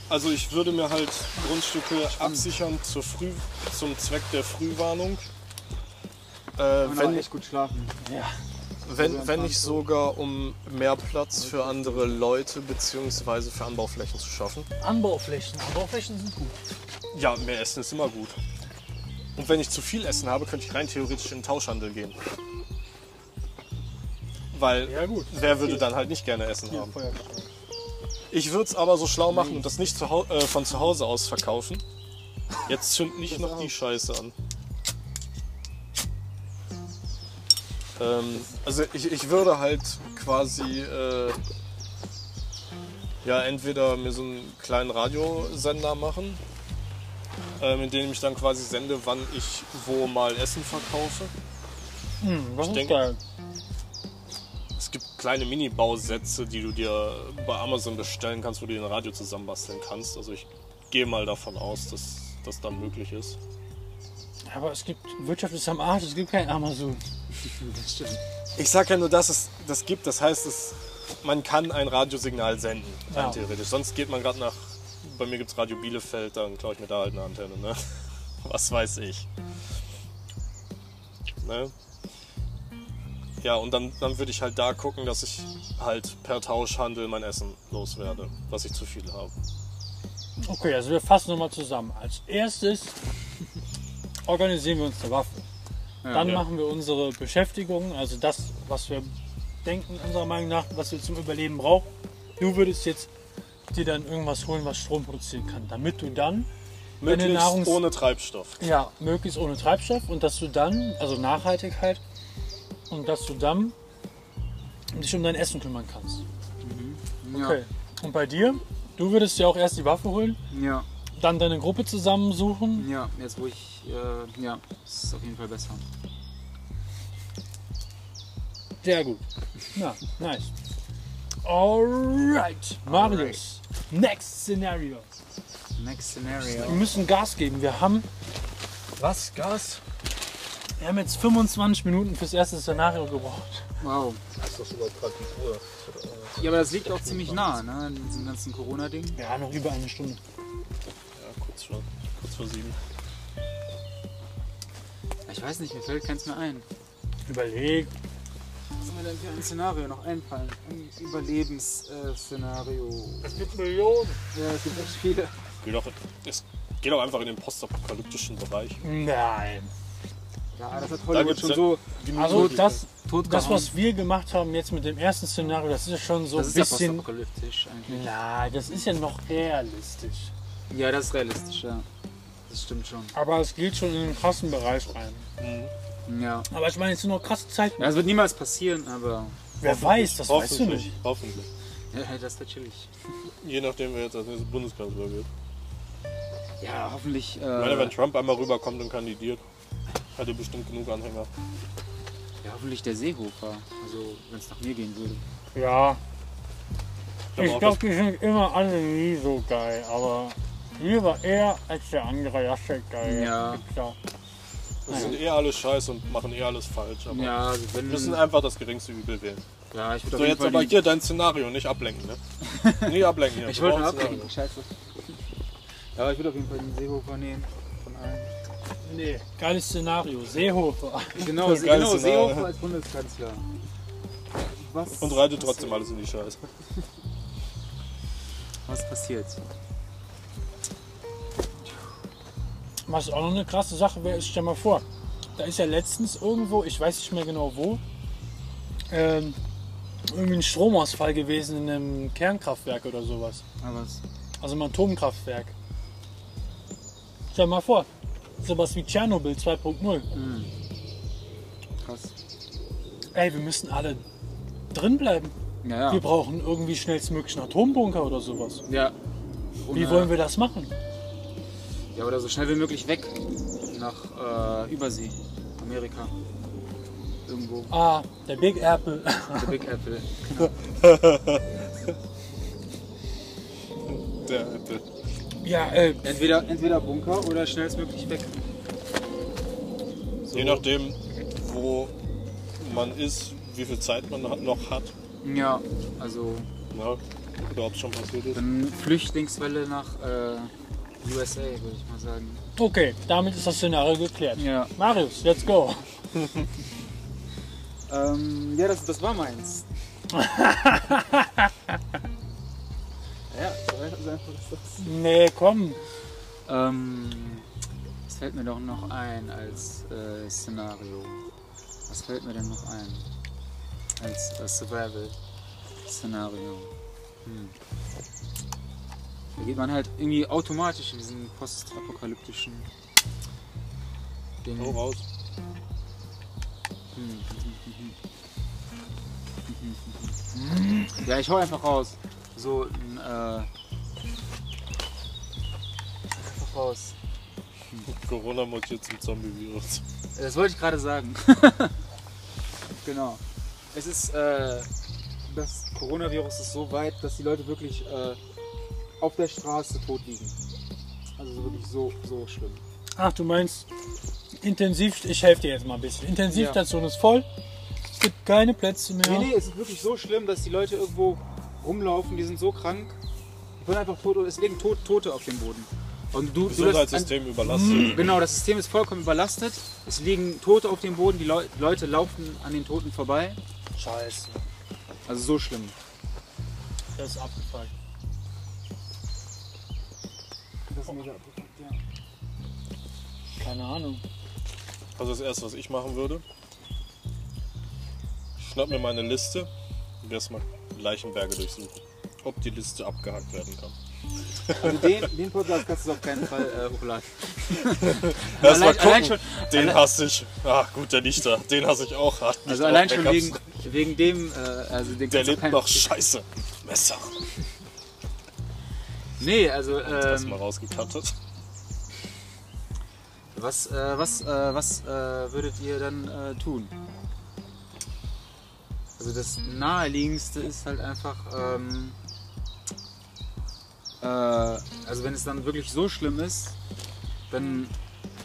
also ich würde mir halt Grundstücke absichern zur Früh, zum Zweck der Frühwarnung. Äh, wenn, gut schlafen. Wenn, wenn nicht sogar, um mehr Platz für andere Leute bzw. für Anbauflächen zu schaffen. Anbauflächen. Anbauflächen sind gut. Ja, mehr Essen ist immer gut. Und wenn ich zu viel Essen habe, könnte ich rein theoretisch in den Tauschhandel gehen. Weil Ja, gut. wer würde dann halt nicht gerne Essen haben? Ich würde es aber so schlau machen und das nicht zu Hau- äh, von zu Hause aus verkaufen. Jetzt zünd nicht noch die Scheiße an. Ähm, also ich, ich würde halt quasi äh, ja entweder mir so einen kleinen Radiosender machen, äh, mit dem ich dann quasi sende, wann ich wo mal Essen verkaufe. Was Ich ist denke- geil. Es gibt kleine Mini-Bausätze, die du dir bei Amazon bestellen kannst, wo du dir ein Radio zusammenbasteln kannst. Also ich gehe mal davon aus, dass das dann möglich ist. Aber es gibt Wirtschaft ist am Arsch, es gibt kein Amazon. Das stimmt. Ich sage ja nur, dass es das gibt. Das heißt, es, man kann ein Radiosignal senden, rein Ja. theoretisch. Sonst geht man gerade nach, bei mir gibt es Radio Bielefeld, dann klaue ich mir da halt eine Antenne. Ne? Was weiß ich. Ne? Ja, und dann, dann würde ich halt da gucken, dass ich halt per Tauschhandel mein Essen loswerde, was ich zu viel habe. Okay, also wir fassen nochmal zusammen. Als erstes organisieren wir uns eine Waffe. Dann Ja. machen wir unsere Beschäftigung, also das, was wir denken, unserer Meinung nach, was wir zum Überleben brauchen. Du würdest jetzt dir dann irgendwas holen, was Strom produzieren kann, damit du dann Wenn ihr Möglichst Nahrungs- ohne Treibstoff. ja, möglichst ohne Treibstoff und dass du dann, also Nachhaltigkeit, und dass du dann dich um dein Essen kümmern kannst. Ja. Okay. Und bei dir, du würdest ja auch erst die Waffe holen, ja, dann deine Gruppe zusammensuchen. ja, jetzt wo ich, äh, ja, das ist auf jeden Fall besser. Sehr gut. Ja, nice. Alright, Marius. Next Scenario. Next Wir Scenario. müssen Gas geben. Wir haben, Was? Gas? wir haben jetzt 25 Minuten fürs erste Szenario gebraucht. Wow. Ist das überhaupt gerade die Uhr? Ja, aber das liegt auch ziemlich nah, ne, in diesem ganzen Corona-Ding. Ja, noch über eine Stunde. Ja, kurz vor, kurz vor sieben. Ich weiß nicht, mir fällt keins mehr ein. Überleg. Was soll mir denn für ein Szenario noch einfallen? Ein Überlebensszenario. Es gibt Millionen. Ja, es gibt echt viele. Geh doch, es geht doch einfach in den postapokalyptischen Bereich. Nein. Ja, das hat Da Hollywood gibt's schon ja so Also das, tot das, was wir gemacht haben jetzt mit dem ersten Szenario, das ist ja schon so das ein ist ja bisschen... apokalyptisch eigentlich. Na, das ist ja noch realistisch. Ja, das ist realistisch, ja. Das stimmt schon. Aber es geht schon in den krassen Bereich rein. Ja. Aber ich meine, es sind noch krasse Zeiten. Ja, das wird niemals passieren, aber Wer weiß, das weißt du Hoffentlich, nicht. hoffentlich. ja, das wird chillig. Je nachdem, wer jetzt als nächstes Bundeskanzler wird. Ja, hoffentlich. Äh, Ich meine, wenn ja, Trump einmal rüberkommt und kandidiert, hat er bestimmt genug Anhänger. hoffentlich der Seehofer. Also, wenn es nach mir gehen würde. Ja, Ich ich glaube, glaube, die sind immer alle nie so geil, aber lieber er als der andere Jaschek geil. Ja. Ist klar. das sind eh alles scheiße und machen eh alles falsch. Aber Ja, also wenn. wir müssen einfach das geringste Übel wählen. ja, ich würde So, auf jeden jetzt Fall aber die- hier dein Szenario, nicht ablenken, ne? Nicht ablenken hier. Ich wir wollte nur brauchen Szenario. ablenken, scheiße. Ja, aber ich würde auf jeden Fall den Seehofer nehmen. Von allen. Nee, geiles Szenario. Seehofer. Genau, Geiles genau Szenario. Seehofer als Bundeskanzler. Was, Und reitet trotzdem alles in die Scheiße. Was passiert? Was auch noch eine krasse Sache wäre, ist, stell mal vor, da ist ja letztens irgendwo, ich weiß nicht mehr genau wo, ähm, irgendwie ein Stromausfall gewesen in einem Kernkraftwerk oder sowas. Aber was? Also im Atomkraftwerk. Stell mal vor, sowas wie Tschernobyl 2.0. Krass. Ey, wir müssen alle drin bleiben. Ja, ja. Wir brauchen irgendwie schnellstmöglich einen Atombunker oder sowas. ja. Wie Ohne- wollen wir das machen? Ja, oder so schnell wie möglich weg. Nach äh, Übersee. Amerika. Irgendwo. Ah, der Big Apple. The Big Apple. Der, der, ja, äh, Entweder, entweder Bunker oder schnellstmöglich weg. Je nachdem, wo man ist, wie viel Zeit man hat- noch hat. Ja, also Ne? Oder ob es schon passiert ist. dann Flüchtlingswelle nach äh, USA, würde ich mal sagen. okay, damit ist das Szenario geklärt. Ja. Marius, let's go. Ähm, ja, das, das war meins. ja, so einfach ist das. Nee, komm. Ähm, es fällt mir doch noch ein als äh, Szenario. Was fällt mir denn noch ein? Als äh, Survival-Szenario. Hm. Da geht man halt irgendwie automatisch in diesen postapokalyptischen Ding. Hau raus. Hm, hm, Ja, ich hau einfach raus. So ein, äh. Einfach raus. Corona mutiert zum Zombie-Virus. Das wollte ich gerade sagen. genau. Es ist, äh, das Coronavirus ist so weit, dass die Leute wirklich äh, auf der Straße tot liegen. Also wirklich so, so schlimm. Ach, du meinst intensiv, ich helfe dir jetzt mal ein bisschen. Intensivstation ist voll. Es gibt keine Plätze mehr. Nee, nee, es ist wirklich so schlimm, dass die Leute irgendwo rumlaufen, die sind so krank. Die wurden einfach tot und es liegen tot, Tote auf dem Boden. Und du, du lässt ein, Gesundheitssystem überlassen. Genau, das System ist vollkommen überlastet. Es liegen Tote auf dem Boden, die Leu Leute laufen an den Toten vorbei. Scheiße. Also so schlimm. Das ist abgefuckt. Keine Ahnung. Also das erste, was ich machen würde, schnapp mir meine Liste und erstmal Leichenberge durchsuchen. Ob die Liste abgehackt werden kann. Also den, den Podcast kannst du auf keinen Fall äh, hochladen. Erstmal Allein- allein gucken. den hasse ich. Ach gut, der Dichter. Den hasse ich auch. Hat nicht Also auf allein schon Backups. wegen, wegen dem, äh, also Ähm. den Der kannst du lebt keinen- noch scheiße. Messer. Nee, also ähm, Erstmal rausgekattet. was, äh, was, äh, was äh, würdet ihr dann äh, tun? Also das naheliegendste ist halt einfach, ähm, äh, also wenn es dann wirklich so schlimm ist, dann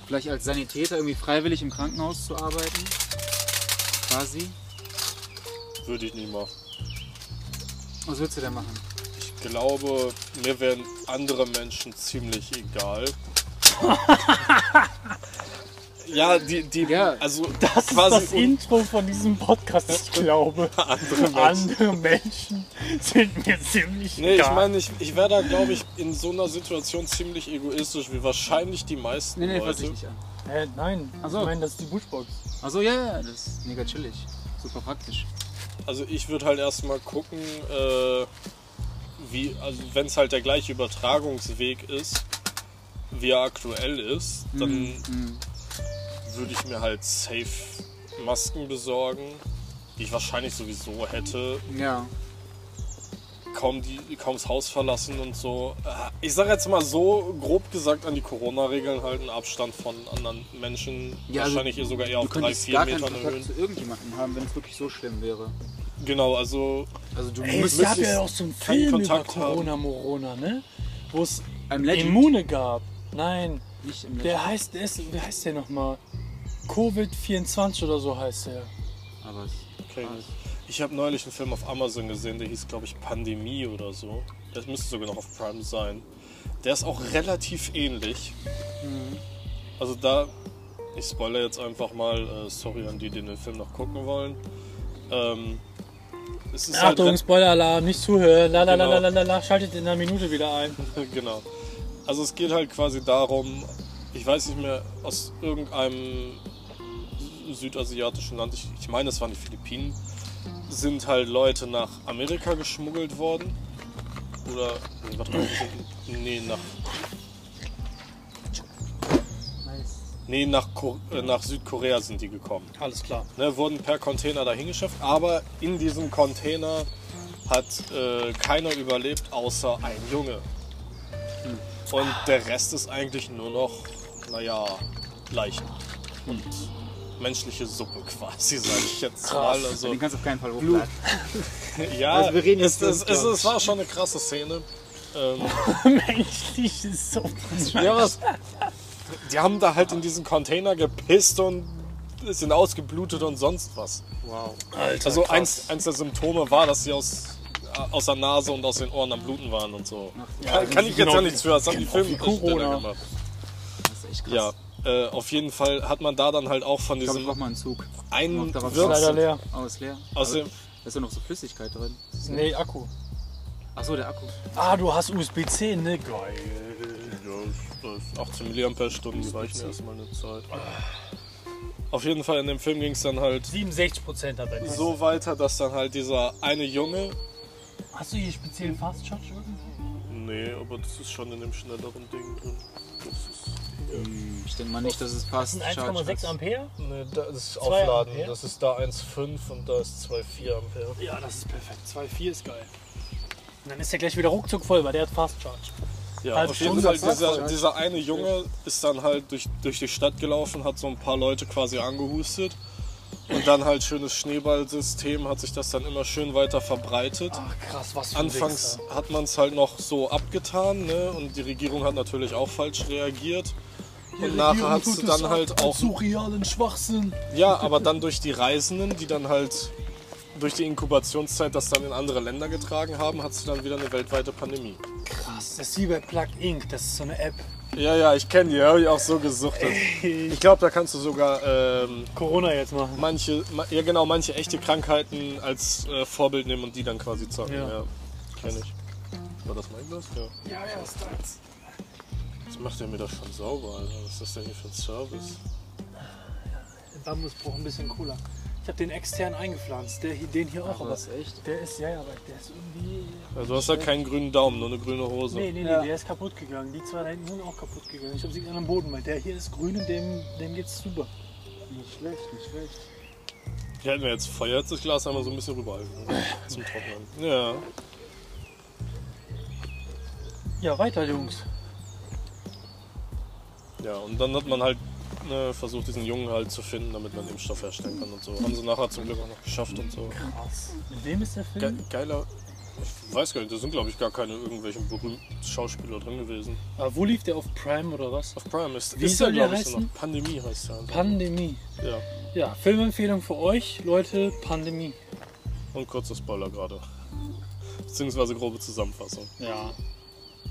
vielleicht als Sanitäter irgendwie freiwillig im Krankenhaus zu arbeiten, quasi. Würde ich nie machen. Was würdest du denn machen? Ich glaube, mir wären andere Menschen ziemlich egal. ja, die, die Ja. also Das ist quasi das Intro von diesem Podcast, ich glaube. andere Menschen. Andere Menschen sind mir ziemlich Nee, ich egal. meine, ich, ich wäre da, glaube ich, in so einer Situation ziemlich egoistisch, wie wahrscheinlich die meisten Nee, nee, fass ich Leute. nicht an. Äh, nein, Ach so. ich meine, das ist die Bushbox. Achso, ja, ja, das ist mega chillig. Super praktisch. Also ich würde halt erstmal gucken, äh, wie, also wenn es halt der gleiche Übertragungsweg ist, wie er aktuell ist, dann Mhm. würde ich mir halt safe Masken besorgen, die ich wahrscheinlich sowieso hätte, Ja. kaum die kaum das Haus verlassen und so. Äh, Ich sage jetzt mal so grob gesagt an die Corona-Regeln halten, Abstand von anderen Menschen, Ja, also wahrscheinlich sogar eher auf Du drei, könntest vier gar keinen Metern Kontakt erhöhen. zu irgendjemandem haben, wenn es wirklich so schlimm wäre. Genau, also Also du Ey, es musst müsstest gab ja auch so einen keinen Film über Kontakt haben. Corona-Morona, ne? Wo es einem Legend, Immune gab. Nein, nicht im Legend, der heißt, der ist, wie heißt der nochmal? Covid-24 oder so heißt der. aber es, Okay. alles. Ich habe neulich einen Film auf Amazon gesehen, der hieß, glaube ich, Pandemie oder so. Das müsste sogar noch auf Prime sein. Der ist auch relativ ähnlich. Mhm. Also da, ich spoilere jetzt einfach mal, äh, sorry an die, die den Film noch gucken wollen. Ähm, es ist halt Achtung, Spoiler-Alarm, nicht zuhören. La la la Genau. la la la la, schaltet in einer Minute wieder ein. Genau. Also es geht halt quasi darum, ich weiß nicht mehr, aus irgendeinem südasiatischen Land, ich, ich meine es waren die Philippinen, sind halt Leute nach Amerika geschmuggelt worden. Oder, nee, warte mal, nee, nach, Nice. nee nach, Ko- äh, nach Südkorea sind die gekommen. Alles klar. ne, wurden per Container dahin geschafft, aber in diesem Container hat äh, keiner überlebt, außer ein Junge. Hm. Und der Rest ist eigentlich nur noch, naja, Leichen Hm. und menschliche Suppe quasi, sage ich jetzt mal. Also, Den kannst du auf keinen Fall hochladen. ja, Also wir reden es, jetzt es, über- es, es war schon eine krasse Szene. Ähm, Menschlich ist so. Ja, was? Die haben da halt in diesen Container gepisst und sind ausgeblutet und sonst was. Wow. Alter, also eins, eins der Symptome war, dass sie aus, äh, aus der Nase und aus den Ohren am Bluten waren und so. kann kann ich jetzt ja nichts für, das haben die Filmdarsteller Corona. gemacht. Das ist echt krass. Ja, äh, auf jeden Fall hat man da dann halt auch von Ich glaube, ich diesem brauche mal einen Zug. einen brauch darauf Wirks- Leider leer. Oh, ist leer. aus dem, Da ist ja noch so Flüssigkeit drin. Nee, Akku. Achso, der Akku. Ah, du hast USB-C, ne? Geil. Ja, das- 18 mAh-Stunden, die reichen erstmal eine Zeit. Auf jeden Fall in dem Film ging es dann halt 67 Prozent hat er. so weiter, dass dann halt dieser eine Junge Hast du hier speziellen Fast Charge irgendwo? Nee, aber das ist schon in dem schnelleren Ding drin. Hm. Ich denke mal nicht, dass es passt. Das sind 1,6 Ampere. Ampere? Nee, das ist Zwei Aufladen. Ampere? Das ist da 1,5 und da ist 2,4 Ampere. Ja, das ist perfekt. 2,4 ist geil. Und dann ist er gleich wieder ruckzuck voll, weil der hat Fast Charge. Ja, Halb auf jeden Stunde Fall. Fahrt, halt Dieser, dieser eine Junge ist dann halt durch, durch die Stadt gelaufen, hat so ein paar Leute quasi angehustet. Und dann halt schönes Schneeballsystem, hat sich das dann immer schön weiter verbreitet. Ach krass, was für ein Anfangs Wichser. hat man es halt noch so abgetan ne? und die Regierung hat natürlich auch falsch reagiert. Und nachher hat es dann halt auch surrealen Schwachsinn. Ja, aber dann durch die Reisenden, die dann halt durch die Inkubationszeit das dann in andere Länder getragen haben, hat es dann wieder eine weltweite Pandemie. Krass, das ist wie bei Plug Inc. Das ist so eine App. Ja, ja, ich kenne die, habe ich auch so gesuchtet. Ich glaube, da kannst du sogar ähm, Corona jetzt machen. manche, ma- ja genau, manche echte Krankheiten als äh, Vorbild nehmen und die dann quasi zocken. Ja. Ja, kenne ich. War das mein Glas? Ja. Ja, ja, ist das. Was macht der mir das schon sauber, Alter? Was ist das denn hier für ein Service? Der Bambus braucht ein bisschen Cola. Ich habe den extern eingepflanzt, der, hier- den hier auch, aber echt? der ist, ja, ja, aber der ist irgendwie. Also du hast ja keinen grünen Daumen, nur eine grüne Hose. Nee, nee, nee, der ist kaputt gegangen. Die zwei da hinten sind auch kaputt gegangen. Ich habe sie an dem Boden, weil der hier ist grün und dem, dem geht's super. Nicht schlecht, nicht schlecht. Die hätten wir jetzt Feuer, jetzt das Glas einmal so ein bisschen rüberhalten. ne? Zum Trocknen. Ja. Ja, weiter, Jungs. Ja, und dann hat man halt ne, versucht, diesen Jungen halt zu finden, damit man Impfstoff herstellen kann und so. Haben sie nachher zum Glück auch noch geschafft und so. Krass. Mit wem ist der Ge Film? geiler. Ich weiß gar nicht, da sind glaube ich gar keine irgendwelchen berühmten Schauspieler drin gewesen. Aber wo lief der auf Prime oder was? Auf Prime ist, Wie ist soll der glaub ich, so heißen? noch. Pandemie heißt der. Pandemie. ja. Ja, Filmempfehlung für euch, Leute, Pandemie. Und kurzer Spoiler gerade. Beziehungsweise grobe Zusammenfassung. Ja.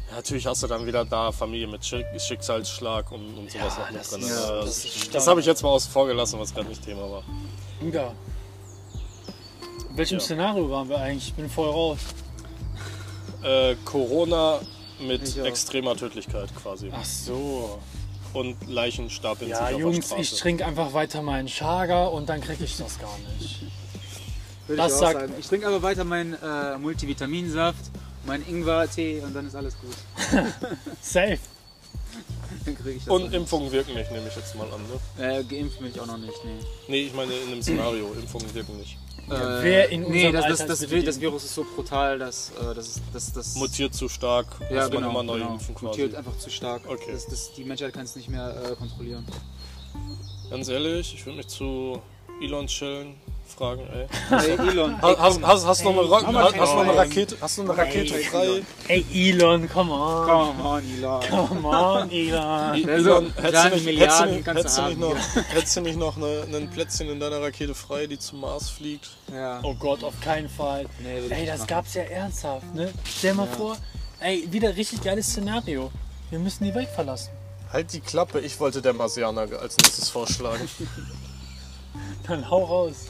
Ja, natürlich hast du dann wieder da Familie mit Schick Schicksalsschlag und, und sowas noch mit Ah, das drin. ist- Ja, das das ist das Standard. habe ich jetzt mal außen vor gelassen, was gerade nicht Thema war. Bruder. In welchem Ja. Szenario waren wir eigentlich? Ich bin voll raus. Äh, Corona mit Ich auch. extremer Tödlichkeit quasi. Ach so. Und Leichen stapeln Ja, sich Jungs, auf der ich Straße. trinke einfach weiter meinen Chaga und dann kriege ich das gar nicht. Würde Das ich auch sagt- sagen. Ich trinke aber weiter meinen äh, Multivitaminsaft, meinen Ingwer-Tee und dann ist alles gut. Safe. Dann kriege ich das. Und auch. Impfungen wirken nicht, nehme ich jetzt mal an. Ne? äh, geimpft bin ich auch noch nicht, nee. Nee, ich meine in einem Szenario, Impfungen wirken nicht. Ja, Äh, wer in nee, unserem das, das, Alter das, ist Vi- das bedient. Virus ist so brutal, dass äh, das, ist- das, das Mutiert zu stark, ja, muss genau, man immer neu genau. impfen quasi. mutiert einfach zu stark. Okay. Das, das, die Menschheit kann es nicht mehr äh, kontrollieren. Ganz ehrlich, ich würde mich zu Elon chillen fragen, ey. Hey, Elon, Hast, hast, hast, hast, noch, eine Ra Hammer, hast, hast noch eine Elon. Rakete, hast du eine Rakete Ey, frei? Elon. Ey, Elon, come on. come on, Elon. Come on, Elon. I- Ja, so, Elon, hättest du kleine nicht- hättest du Milliarden nicht- kannst hättest du du nicht haben, noch, hättest du nicht noch eine, ein Plätzchen in deiner Rakete frei, die zum Mars fliegt? Ja. Oh Gott, auf keinen Fall. Nee, will ich ey, nicht das machen. gab's ja ernsthaft, ne? Stell mal vor, ey, wieder richtig geiles Szenario. Wir müssen die Welt verlassen. Halt die Klappe, ich wollte der Marsianer als nächstes vorschlagen. Dann hau raus.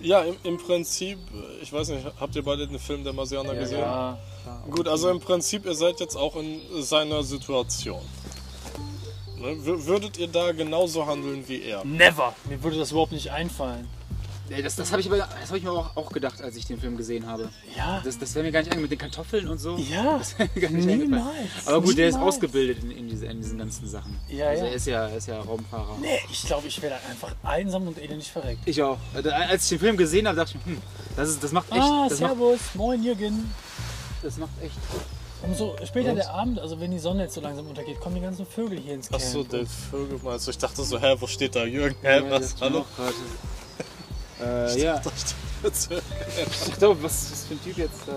ja, im, im Prinzip, äh, ich weiß nicht, habt ihr beide den Film der Marsianer Also, gesehen? Ja. Gut, also im Prinzip, ihr seid jetzt auch in seiner Situation. Ne, wür- Würdet ihr da genauso handeln wie er? Never. Mir würde das überhaupt nicht einfallen. Nee, das das habe ich, aber- das hab ich mir auch, auch gedacht, als ich den Film gesehen habe. Ja. Das, das wäre mir gar nicht eingefallen mit den Kartoffeln und so. Ja. Das wäre mir gar nicht eingefallen. Niemals. Aber gut, der ist Niemals. ausgebildet in, in, diese, in diesen ganzen Sachen. Ja, also ja. Er, ist ja, er ist ja Raumfahrer. Nee, ich glaube, ich wäre dann einfach einsam und elendig verreckt. Ich auch. Also, Als ich den Film gesehen habe, dachte ich mir, hm, das, ist, das macht echt. Ah, das, macht, servus. Moin, Jürgen. das macht echt. Umso später der Abend, also wenn die Sonne jetzt so langsam untergeht, kommen die ganzen Vögel hier ins Camp. Achso, der Vögel meinst du? Ich dachte so, hä, wo steht da Jürgen? Hä, Ja, was? dachte ich mir Hallo? auch gerade. Äh, ja, ich glaube, was ist für ein Typ jetzt da?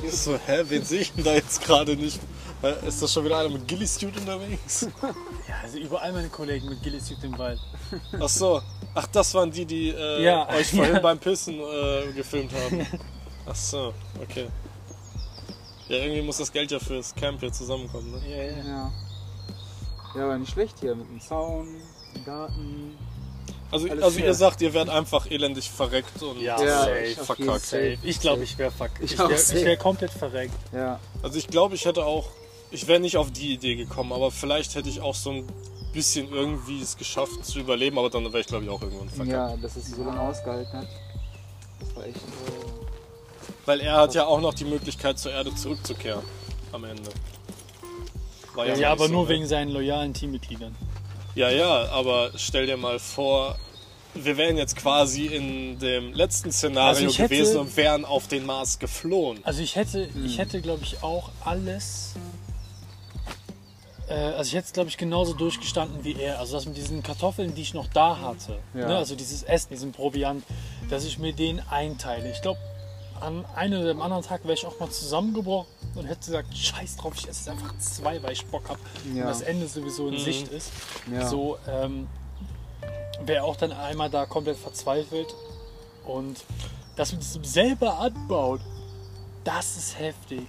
Was ist So, hä, wen sehe ich denn da jetzt gerade nicht? Äh, Ist das schon wieder einer mit Gilly-Suit unterwegs? Ja, also überall meine Kollegen mit Gillisit im Wald. Achso, ach, das waren die, die äh, Ja. euch vorhin Ja. beim Pissen äh, gefilmt haben. Achso, okay. Ja, irgendwie muss das Geld ja fürs Camp hier zusammenkommen, ne? Ja, ja. ja. ja, aber nicht schlecht hier mit dem Zaun, dem Garten. Also, Alles also fair. ihr sagt, ihr werdet einfach elendig verreckt und äh, Ja, ich safe, auf jeden verkackt. Fall. Safe. Ich glaube, ich wäre fuck. Ich, auch, wär- ich safe. wäre komplett verreckt. Ja, Also ich glaube, ich hätte auch, ich wäre nicht auf die Idee gekommen, aber vielleicht hätte ich auch so ein bisschen irgendwie es geschafft zu überleben, aber dann wäre ich glaube ich auch irgendwann verkackt. ja, dass es so lange ausgehalten hat. Das war echt. Äh, Weil er hat ja auch noch die Möglichkeit zur Erde zurückzukehren am Ende. War Ja, nicht aber so, nur ne? wegen seinen loyalen Teammitgliedern. Ja, ja, aber stell dir mal vor, wir wären jetzt quasi in dem letzten Also Szenario ich hätte- gewesen und wären auf den Mars geflohen. Also ich hätte, ich hätte, glaube ich, auch alles. Äh, also ich hätte, glaube ich, genauso durchgestanden wie er. Also das mit diesen Kartoffeln, die ich noch da hatte. Ja. Ne? Also dieses Essen, diesen Proviant, dass ich mir den einteile. Ich glaube, an einem oder dem anderen Tag wäre ich auch mal zusammengebrochen und hätte gesagt, scheiß drauf, ich esse jetzt einfach zwei, weil ich Bock habe Ja. und das Ende sowieso in Sicht ist. Ja. So ähm, wäre auch dann einmal da komplett verzweifelt. Und dass man das selber anbaut, das ist heftig.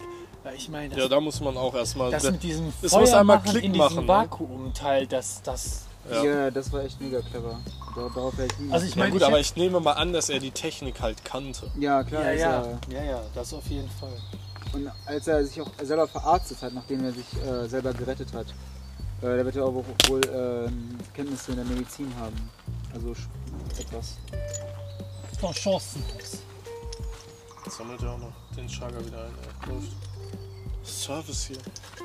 Weil ich meine, das, Ja, da muss man auch erstmal. das mit diesem es Feuer muss einmal machen Klick in machen, diesem ne? Vakuumteil, das, das... Ja. Ja. das war echt mega clever. Da- Darauf wäre ich nie. Also ich ja, meine, gut, ich aber ich nehme mal an, dass er die Technik halt kannte. ja, klar. Ja, ist ja, er- ja, ja, das auf jeden Fall. Und als er sich auch selber verarztet hat, nachdem er sich äh, selber gerettet hat, äh, da wird er aber auch wohl ähm, Kenntnisse in der Medizin haben. Also sch- etwas. Ist doch chancenlos. Jetzt sammelt er auch noch den Schlager wieder ein. ey. Läuft. Service hier.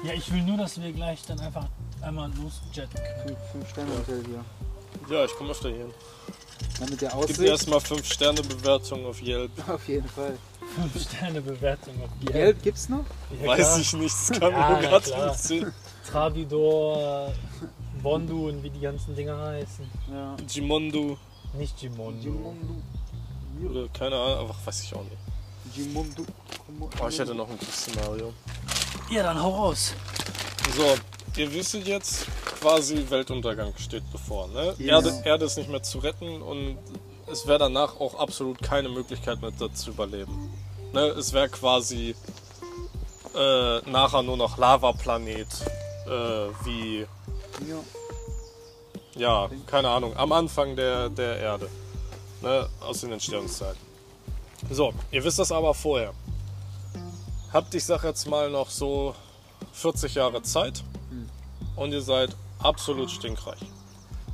Ja, ich will nur, dass wir gleich dann einfach einmal losjetten können. Fünf, fünf Sterne Hotel hier. Ja, ich komme öfter hier hin. Damit der Gib Aussicht erstmal 5-Sterne-Bewertung auf Yelp. auf jeden Fall. Fünf Sterne Bewertung auf die Geld gibt's noch? Ja, Weiß klar. ich nicht, das kann mir Ja, na gerade klar. nicht sehen. Travidor, Bondu und wie die ganzen Dinger heißen. Ja. Jimondo Nicht Gimondo. Jimundu. oder keine Ahnung, aber weiß ich auch nicht. Jimundu. Oh, ich hätte noch ein gutes Szenario. Ja, dann hau raus. So, ihr wisstet jetzt, quasi Weltuntergang steht bevor. Ne? Ja. Erde, Erde ist nicht mehr zu retten und es wäre danach auch absolut keine Möglichkeit mehr da zu überleben. Ne? Es wäre quasi äh, nachher nur noch Lavaplanet, äh, wie, Ja. ja, keine Ahnung, am Anfang der, der Erde. Ne? Aus den Entstehungszeiten. So, ihr wisst das aber vorher. Habt, ich sag jetzt mal, noch so 40 Jahre Zeit und ihr seid absolut stinkreich.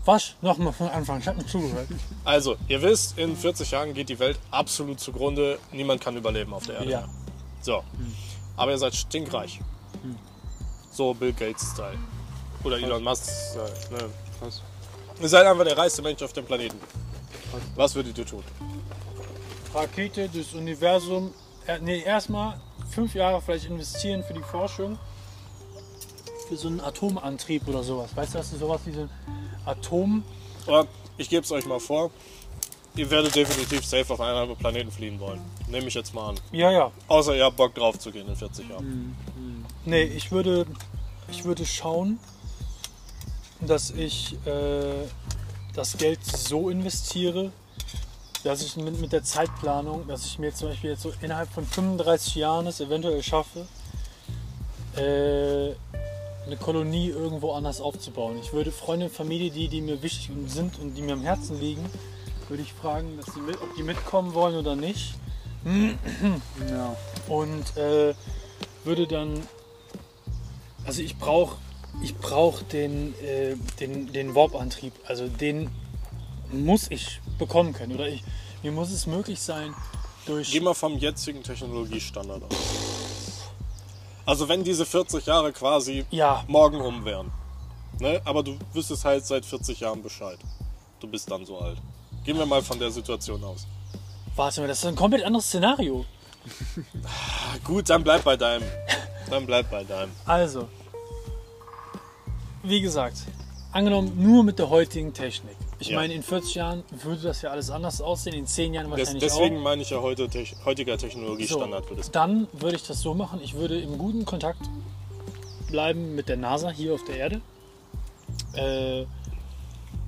Was? Nochmal von Anfang, ich hab nicht zugehört. Also, ihr wisst, in 40 Jahren geht die Welt absolut zugrunde. Niemand kann überleben auf der Erde. Ja. So. Aber ihr seid stinkreich. So Bill Gates-Style. Oder Elon Musk-Style. Ne? Krass. Ihr seid einfach der reichste Mensch auf dem Planeten. Was würdet ihr tun? Rakete, das Universum. Äh, nee, erstmal fünf Jahre vielleicht investieren für die Forschung. Für so einen Atomantrieb oder sowas. Weißt du, dass du sowas wie so ein Atom. Oder ich gebe es euch mal vor. Ihr werdet definitiv safe auf einen anderen Planeten fliehen wollen. Nehme ich jetzt mal an. Ja, ja. Außer ihr habt Bock drauf zu gehen in 40 Jahren. Nee, ich würde, ich würde schauen, dass ich äh, das Geld so investiere, dass ich mit, mit der Zeitplanung, dass ich mir zum Beispiel jetzt so innerhalb von 35 Jahren es eventuell schaffe, äh, eine Kolonie irgendwo anders aufzubauen. Ich würde Freunde und Familie, die, die mir wichtig sind und die mir am Herzen liegen, würde ich fragen, dass die mit, ob die mitkommen wollen oder nicht Ja. und äh, würde dann, also ich brauche ich brauch den, äh, den, den Warp-Antrieb, also den muss ich bekommen können oder ich, mir muss es möglich sein, durch, Geh mal vom jetzigen Technologiestandard aus. Also wenn diese 40 Jahre quasi ja, morgen um wären. Ne? Aber du wüsstest halt seit 40 Jahren Bescheid. Du bist dann so alt. Gehen wir mal von der Situation aus. warte mal, das ist ein komplett anderes Szenario. Ah, gut, dann bleib bei deinem. Dann bleib bei deinem. Also, wie gesagt, angenommen nur mit der heutigen Technik. Ich Ja. meine, in 40 Jahren würde das ja alles anders aussehen, in 10 Jahren Des, wahrscheinlich auch. deswegen meine ich ja heute Tech- heutiger Technologiestandard So, würde es. Dann würde ich das so machen, ich würde im guten Kontakt bleiben mit der NASA hier auf der Erde. Äh,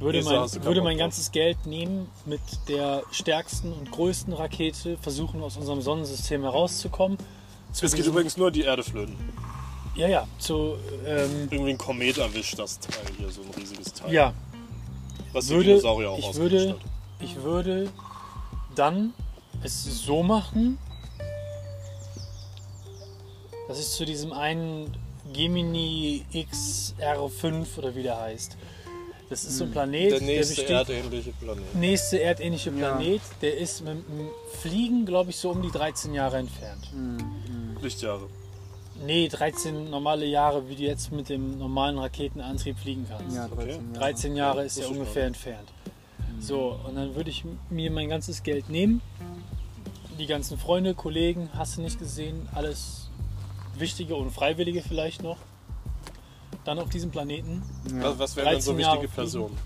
würde NASA mein, hast du keinen würde Bock mein drauf. ganzes Geld nehmen, mit der stärksten und größten Rakete versuchen, aus unserem Sonnensystem herauszukommen. Zu Es geht diesem- übrigens nur die Erde flöten. ja, ja, zu, ähm, Irgendwie ein Komet erwischt das Teil hier, so ein riesiges Teil. ja, was die würde, Dinosaurier auch ich, ausgelöscht würde, ich würde dann es so machen, dass ich zu diesem einen Gemini XR5 oder wie der heißt. Das ist so ein Hm, Planet, Der nächste besteht- erdähnliche Planet. nächste erdähnliche Ja. Planet, der ist mit dem Fliegen, glaube ich, so um die 13 Jahre entfernt. Hm. Lichtjahre. Nee, 13 normale Jahre, wie du jetzt mit dem normalen Raketenantrieb fliegen kannst. Ja, 13 Jahre. 13 Jahre Ja, ist wusste ja ich ungefähr entfernt. So, und dann würde ich mir mein ganzes Geld nehmen. Die ganzen Freunde, Kollegen, hast du nicht gesehen, alles Wichtige und Freiwillige vielleicht noch. Dann auf diesem Planeten. Was, was wären denn so 13 wichtige Jahre Personen?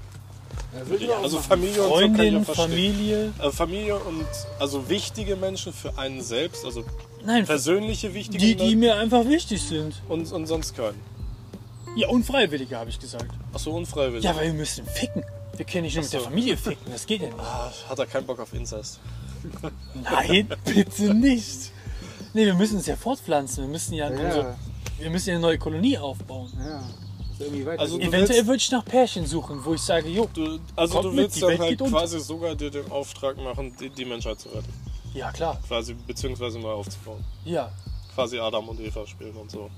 würde ich auch Also Familie und so kann ich ja Freundin, verstehen. Familie. Äh, Familie und also wichtige Menschen für einen selbst, also Nein, persönliche wichtige die, die Menschen mir einfach wichtig sind. und, und sonst keinen. Ja, und Freiwillige, habe ich gesagt. Achso, unfreiwillig. Ja, weil wir müssen ficken. Wir können nicht nur mit der so. Familie ficken, das geht ja nicht. Ah, Hat er keinen Bock auf Incest. Nein, bitte nicht. Nee, wir müssen uns ja fortpflanzen. Wir müssen ja, Ja, wir müssen ja eine neue Kolonie aufbauen. ja. Ist irgendwie weiter. Also- Also, Du Eventuell willst- würde ich nach Pärchen suchen, wo ich sage, jo, Du, also Kommt du mit, willst die dann Welt halt geht unter. quasi sogar dir den Auftrag machen, die, die Menschheit zu retten. ja klar, Quasi, beziehungsweise neu aufzubauen. ja, Quasi Adam und Eva spielen und so.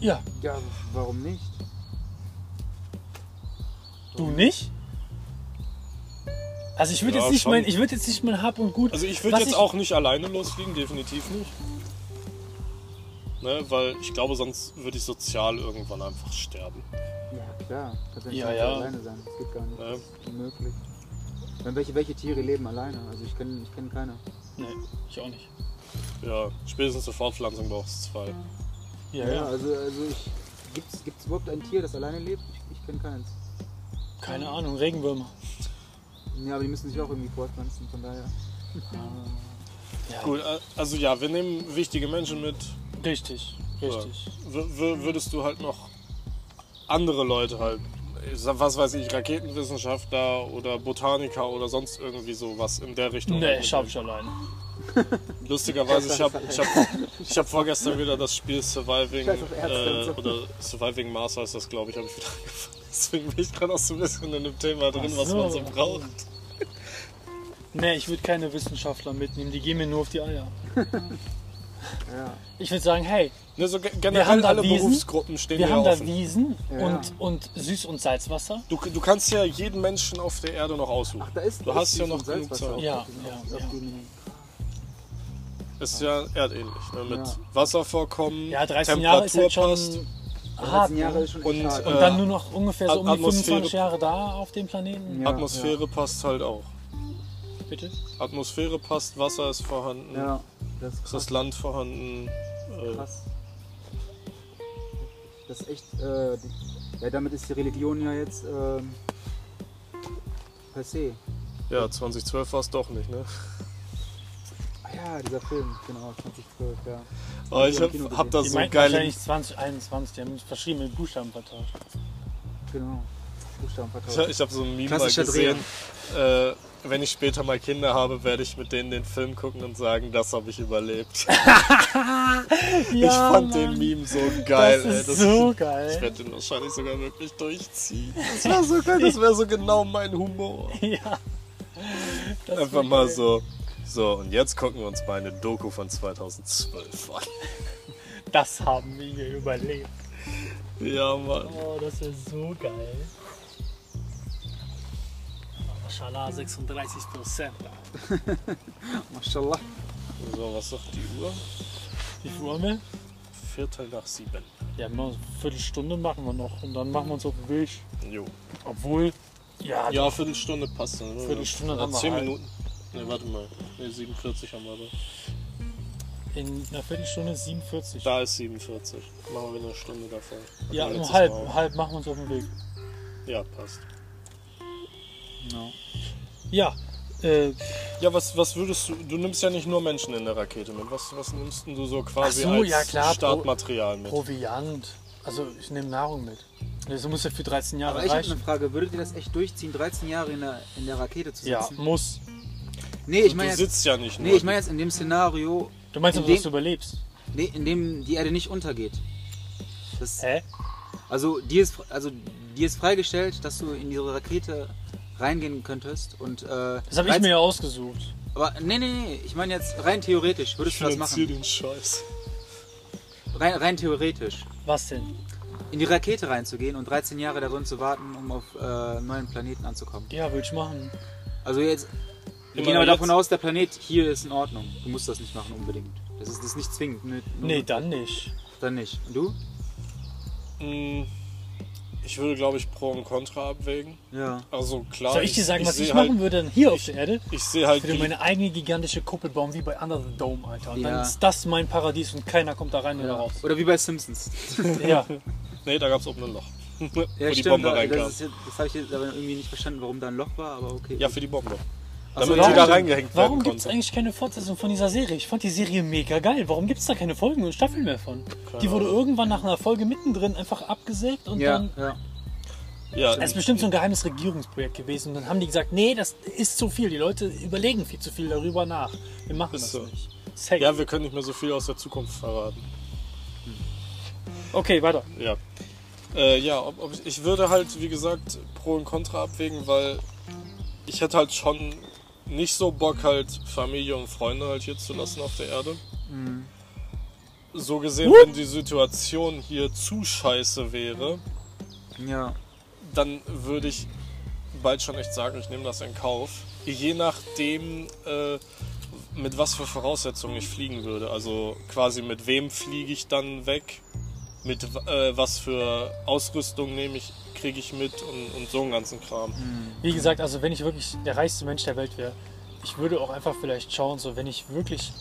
ja. ja, warum nicht? Du nicht? Also ich würde Ja, jetzt nicht schon. mein, ich würde jetzt nicht mein Hab und Gut. Also ich würde Was jetzt auch nicht alleine losfliegen, definitiv nicht. Ne, weil ich glaube, sonst würde ich sozial irgendwann einfach sterben. Ja, klar. Kannst Ja, ja nicht ja. alleine sein. Das geht gar nicht. Ne? Unmöglich. Wenn welche, welche Tiere leben alleine? Also ich kenne ich kenn keine. Nee, ich auch nicht. Ja, spätestens zur Fortpflanzung brauchst du zwei. Ja, Ja, ja. also, also ich. Gibt's, gibt's überhaupt ein Tier, das alleine lebt? Ich, ich kenne keins. Keine Ahnung, Regenwürmer. Ja, aber die müssen sich auch irgendwie fortpflanzen, von daher. Ja, Gut, äh, also ja, wir nehmen wichtige Menschen mit. Richtig, richtig. W w- würdest du halt noch andere Leute halt, ich sag, was weiß ich, Raketenwissenschaftler oder Botaniker oder sonst irgendwie sowas in der Richtung? halt Nee, mitnehmen? schaff ich alleine. Lustigerweise, ich habe ich hab, ich hab vorgestern wieder das Spiel Surviving Scheiß auf Ärzte äh, und so. oder Surviving Mars heißt das, glaube ich, habe ich wieder angefangen. Deswegen bin ich gerade auch so ein bisschen in dem Thema drin, Ach was so. man so braucht. Nee, ich würde keine Wissenschaftler mitnehmen, die gehen mir nur auf die Eier. Ja. Ich würde sagen, hey, Ne, so ge- Wir haben generell da alle Wiesen. Berufsgruppen stehen wir hier haben da offen. Wiesen Ja. und, und Süß- und Salzwasser. Du, du kannst ja jeden Menschen auf der Erde noch aussuchen. Ach, da ist Du da hast ist ja dieses noch genug Salzwasser Zeit. Ja, auf diesem- ja, auf- auf ja. diesem- Ist ja erdähnlich. Ne? Mit Ja. Wasservorkommen, Ja, 13 Jahre ist Temperatur halt passt. schon hart. 13 Jahre Ne? ist schon Und, echt hart. Und äh, dann nur noch ungefähr so um die Atmosphäre. 25 Jahre da auf dem Planeten. Ja, Atmosphäre passt halt auch. Bitte? Atmosphäre passt, Wasser ist vorhanden, Ja, ja das ist ist krass. das Land vorhanden. Äh, krass. Das ist echt. Äh, die- ja, damit ist die Religion ja jetzt ähm, per se. Ja, 2012 war es doch nicht, ne? Ah ja, dieser Film, genau, 2012, ja. Oh, Hab ich ich hab, im Kino hab da Die so meinten geile. wahrscheinlich 2021, die haben verschiedene Buchstaben vertauscht. Genau. Buchstaben Ich hab- vertauscht. ich hab so ein Meme mal Klassischer gesehen. Äh, wenn ich später mal Kinder habe, werde ich mit denen den Film gucken und sagen, das habe ich überlebt. ich fand den Meme so geil, Das ist ey. Das so ich geil. werde den wahrscheinlich sogar wirklich durchziehen. Das wäre so geil, das wäre so genau mein Humor. Ja. Das Einfach wär mal geil. so. So, und jetzt gucken wir uns mal eine Doku von 2012 an. Das haben wir überlebt. Ja, Mann. Oh, das wäre so geil. Mashallah, 36 Prozent. Mashallah. So, was sagt die Uhr? Wie viel Uhr haben wir? Viertel nach sieben. Ja, noch eine Viertelstunde machen wir noch und dann machen wir uns auf den Weg. Jo. Obwohl, ja, Ja, Viertelstunde passt dann. Oder? Also Äh, Viertelstunde haben wir Zehn halt. Minuten. Ne, warte mal. Ne, 47 haben wir aber. in einer Viertelstunde ist 47. Da ist 47. Machen wir eine Stunde davor. Hat ja, man um letztes halb, Mal auch. um halb machen wir uns auf den Weg. Ja, passt. Genau. Ja, äh, Ja, was, was würdest du. Du nimmst ja nicht nur Menschen in der Rakete mit. Was, was nimmst denn du so quasi Ach so, als ja, klar, pro- Startmaterial mit? Proviant. Also ich nehme Nahrung mit. Das muss ja für 13 Jahre Aber ich habe eine reichen. Frage, würdet ihr das echt durchziehen, 13 Jahre in der, in der Rakete zu Ja, sitzen? muss. Nee, ich meine du jetzt, sitzt ja nicht nur. nee, ich mein jetzt in dem Szenario, Du meinst, In ob du das dem- überlebst? nee, in dem die Erde nicht untergeht. Das, Hä? Also dir ist, also dir ist freigestellt, dass du in diese Rakete reingehen könntest und äh, Das habe ich mir ja ausgesucht. aber nee nee nee, ich meine jetzt rein theoretisch würdest du das finanziere machen. den Scheiß. Rein, rein theoretisch Was denn? in die Rakete reinzugehen und 13 Jahre darin zu warten, um auf äh, einen neuen Planeten anzukommen. Ja, würde ich machen. Also jetzt wir Immer gehen aber jetzt- davon aus, der Planet hier ist in Ordnung. Du musst das nicht machen unbedingt. Das ist, das ist nicht zwingend. Nö, nur- Nee, dann nicht. dann nicht. Und du? Mm, Ich würde, glaube ich, Pro und Contra abwägen. Ja. Also klar. Soll ich dir sagen, was seh ich halt, machen würde hier auf der Erde? Ich sehe halt Ich würde die- meine eigene gigantische Kuppel bauen, wie bei Under the Dome, Alter. Und dann Ja. ist das mein Paradies und keiner kommt da rein oder raus. Oder wie bei Simpsons. Ja, Nee, da gab es oben ein Loch. Wo Ja, die stimmt. Bombe da- reinkam. das ist, jetzt- das habe ich jetzt aber irgendwie nicht verstanden, warum da ein Loch war, aber okay. Ja, für die Bombe. Ach so, Damit ja, sie da stimmt. reingehängt werden warum gibt es konnte. eigentlich keine Fortsetzung von dieser Serie? Ich fand die Serie mega geil. Warum gibt es da keine Folgen und Staffeln mehr von? die wurde irgendwann nach einer Folge mittendrin einfach abgesägt und Ja, dann ja. Ja, Das ist bestimmt so ein geheimes Regierungsprojekt gewesen. Und dann haben die gesagt, nee, das ist zu viel. Die Leute überlegen viel zu viel darüber nach. Wir machen Ist das so. nicht. Safe. Ja, wir können nicht mehr so viel aus der Zukunft verraten. Okay, weiter. Ja. Äh, ja, ob, ob ich, ich würde halt, wie gesagt, Pro und Contra abwägen, weil ich hätte halt schon nicht so Bock, halt Familie und Freunde halt hier zu lassen auf der Erde. So gesehen, wenn die Situation hier zu scheiße wäre, Ja. dann würde ich bald schon echt sagen, ich nehme das in Kauf. Je nachdem, äh, mit was für Voraussetzungen ich fliegen würde. Also quasi mit wem fliege ich dann weg, mit äh, was für Ausrüstung nehme ich, kriege ich mit und, und so einen ganzen Kram. Wie gesagt, also wenn ich wirklich der reichste Mensch der Welt wäre, ich würde auch einfach vielleicht schauen, so wenn ich wirklich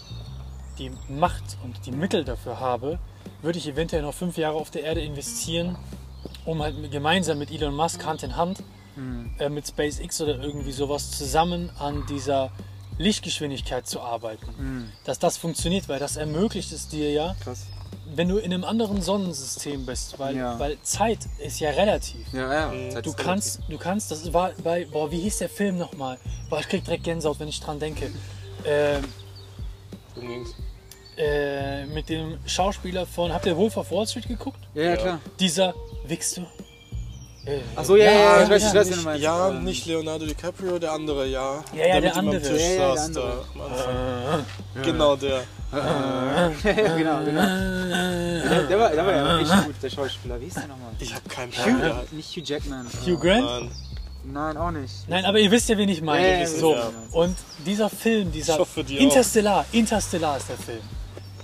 die Macht und die Mittel dafür habe, würde ich eventuell noch fünf Jahre auf der Erde investieren, um halt mit- gemeinsam mit Elon Musk Hand in Hand äh, mit SpaceX oder irgendwie sowas zusammen an dieser Lichtgeschwindigkeit zu arbeiten. Dass das funktioniert, weil das ermöglicht es dir ja, Krass. wenn du in einem anderen Sonnensystem bist, weil, Ja. weil Zeit ist ja relativ. Ja, ja. Zeit Äh, Du ist kannst, du kannst, das war bei, boah, wie hieß der Film nochmal? Boah, ich krieg direkt Gänsehaut, wenn ich dran denke. Ähm, Worum ging's? äh, mit dem Schauspieler von, habt ihr Wolf of Wall Street geguckt? relativ. Ja, ja, klar. Dieser, wickst du? Äh, Achso, ja, ja, ja, ich weiß, ja, ich weiß, nicht, wen du meinst. ja, Ähm, nicht Leonardo DiCaprio, der andere, ja. Ja, ja, der, der mit ihm andere. am Tisch Ja, ja, der saß andere. da. am Anfang. Genau der. ja, genau, genau. Der, der, war, der war Ah. ja echt gut, der Schauspieler. Wie hieß der nochmal? Äh, Ich hab keinen Plan. gehabt. Nicht Hugh Jackman. Äh, Hugh Grant? Mann. Nein, auch nicht. Nein, aber ihr wisst ja, wen ich meine. Ja, ja, so. ja. Und dieser Film, dieser Ich hoffe, die auch. Interstellar, Interstellar ist der Film.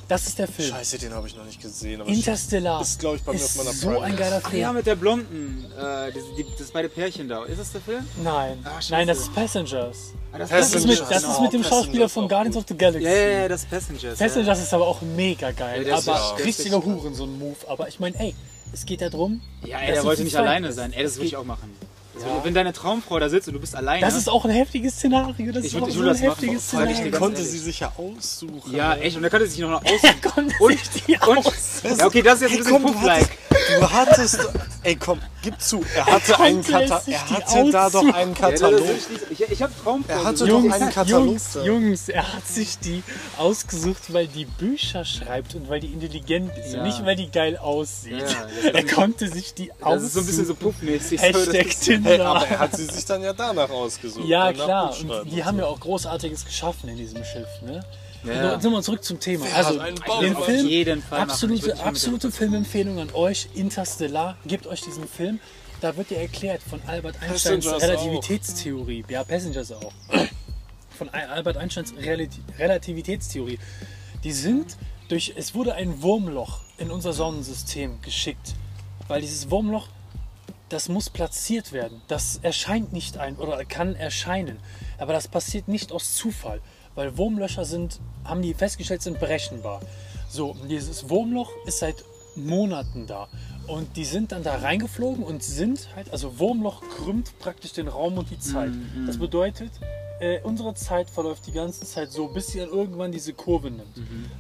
Das ist der Film. Scheiße, den habe ich noch nicht gesehen. Aber Interstellar Ist, glaub ich, bei mir auf meiner ist so Prime ein geiler Ach Film. ja, mit der Blonden. Äh, das, die, das beide Pärchen da. Ist das der Film? Nein, Ah, scheiße. nein, das ist Passengers. Ah, das, Das ist mit, das Passengers, ist mit dem genau. Schauspieler Passengers von auch Guardians gut. of the Galaxy. Ja, ja, ja, das ist Passengers. Fessel, ja. das ist aber auch mega geil. Ja, das ist aber auch- das ist richtiger echt krass. Huren, so ein Move. Aber ich meine, ey, es geht ja drum. Ja, ey, dass der du wollte zu nicht zweit alleine bist. sein. Ey, das würde ich auch machen. Das Ja. würde- Wenn deine Traumfrau da sitzt und du bist alleine. Das ist auch ein heftiges Szenario. Das Ich ist würd- auch ich so würd ein das machen, heftiges vor allem Szenario. Ganz Konnte ehrlich. sie sich ja aussuchen. Ja, echt. Und da könnte sie sich noch nach Er außen. konnte Und- sich die Und, aus. ja, okay, das ist jetzt ein bisschen du Puff-like. hattest, du hattest. Ey, komm, gib zu. Er hatte einen konnte es Katalog. sich Er die hatte da doch aussuchen. einen Ja, das Katalog. ist richtig- Ich, ich hab Traumfrau. Er hatte gesucht. doch Jungs, einen Katalog. Jungs, da. Jungs, er hat sich die ausgesucht, weil die Bücher schreibt und weil die intelligent ist Ja. und nicht, weil die geil aussieht. Ja, das er konnte sich die Das ist so ein bisschen so aussuchen. puffmäßig. Hashtag Tinder. Hey, aber er hat sie sich dann ja danach ausgesucht. Ja, danach klar. Buchstaben Und die und haben so. ja auch Großartiges geschaffen in diesem Schiff. Ne? Ja. Also, sind wir zurück zum Thema. Wer hat also, einen Baum? den Auf Film, jeden Fall machen. Ich würd absolute, mich mit absolute Filmempfehlung an euch: Interstellar. Gebt euch diesen Film. Da wird dir erklärt von Albert Einsteins Passengers Relativitätstheorie. Ja, Passengers auch. Von Al- Albert Einsteins Relati- Relativitätstheorie. Die sind durch. Es wurde ein Wurmloch in unser Sonnensystem geschickt. Weil dieses Wurmloch das muss platziert werden. Das erscheint nicht ein oder kann erscheinen. Aber das passiert nicht aus Zufall, weil Wurmlöcher sind, haben die festgestellt, sind berechenbar. So, und dieses Wurmloch ist seit Monaten da. Und die sind dann da reingeflogen und sind halt, also Wurmloch krümmt praktisch den Raum und die Zeit. Das bedeutet, äh, unsere Zeit verläuft die ganze Zeit so, bis sie dann irgendwann diese Kurve nimmt.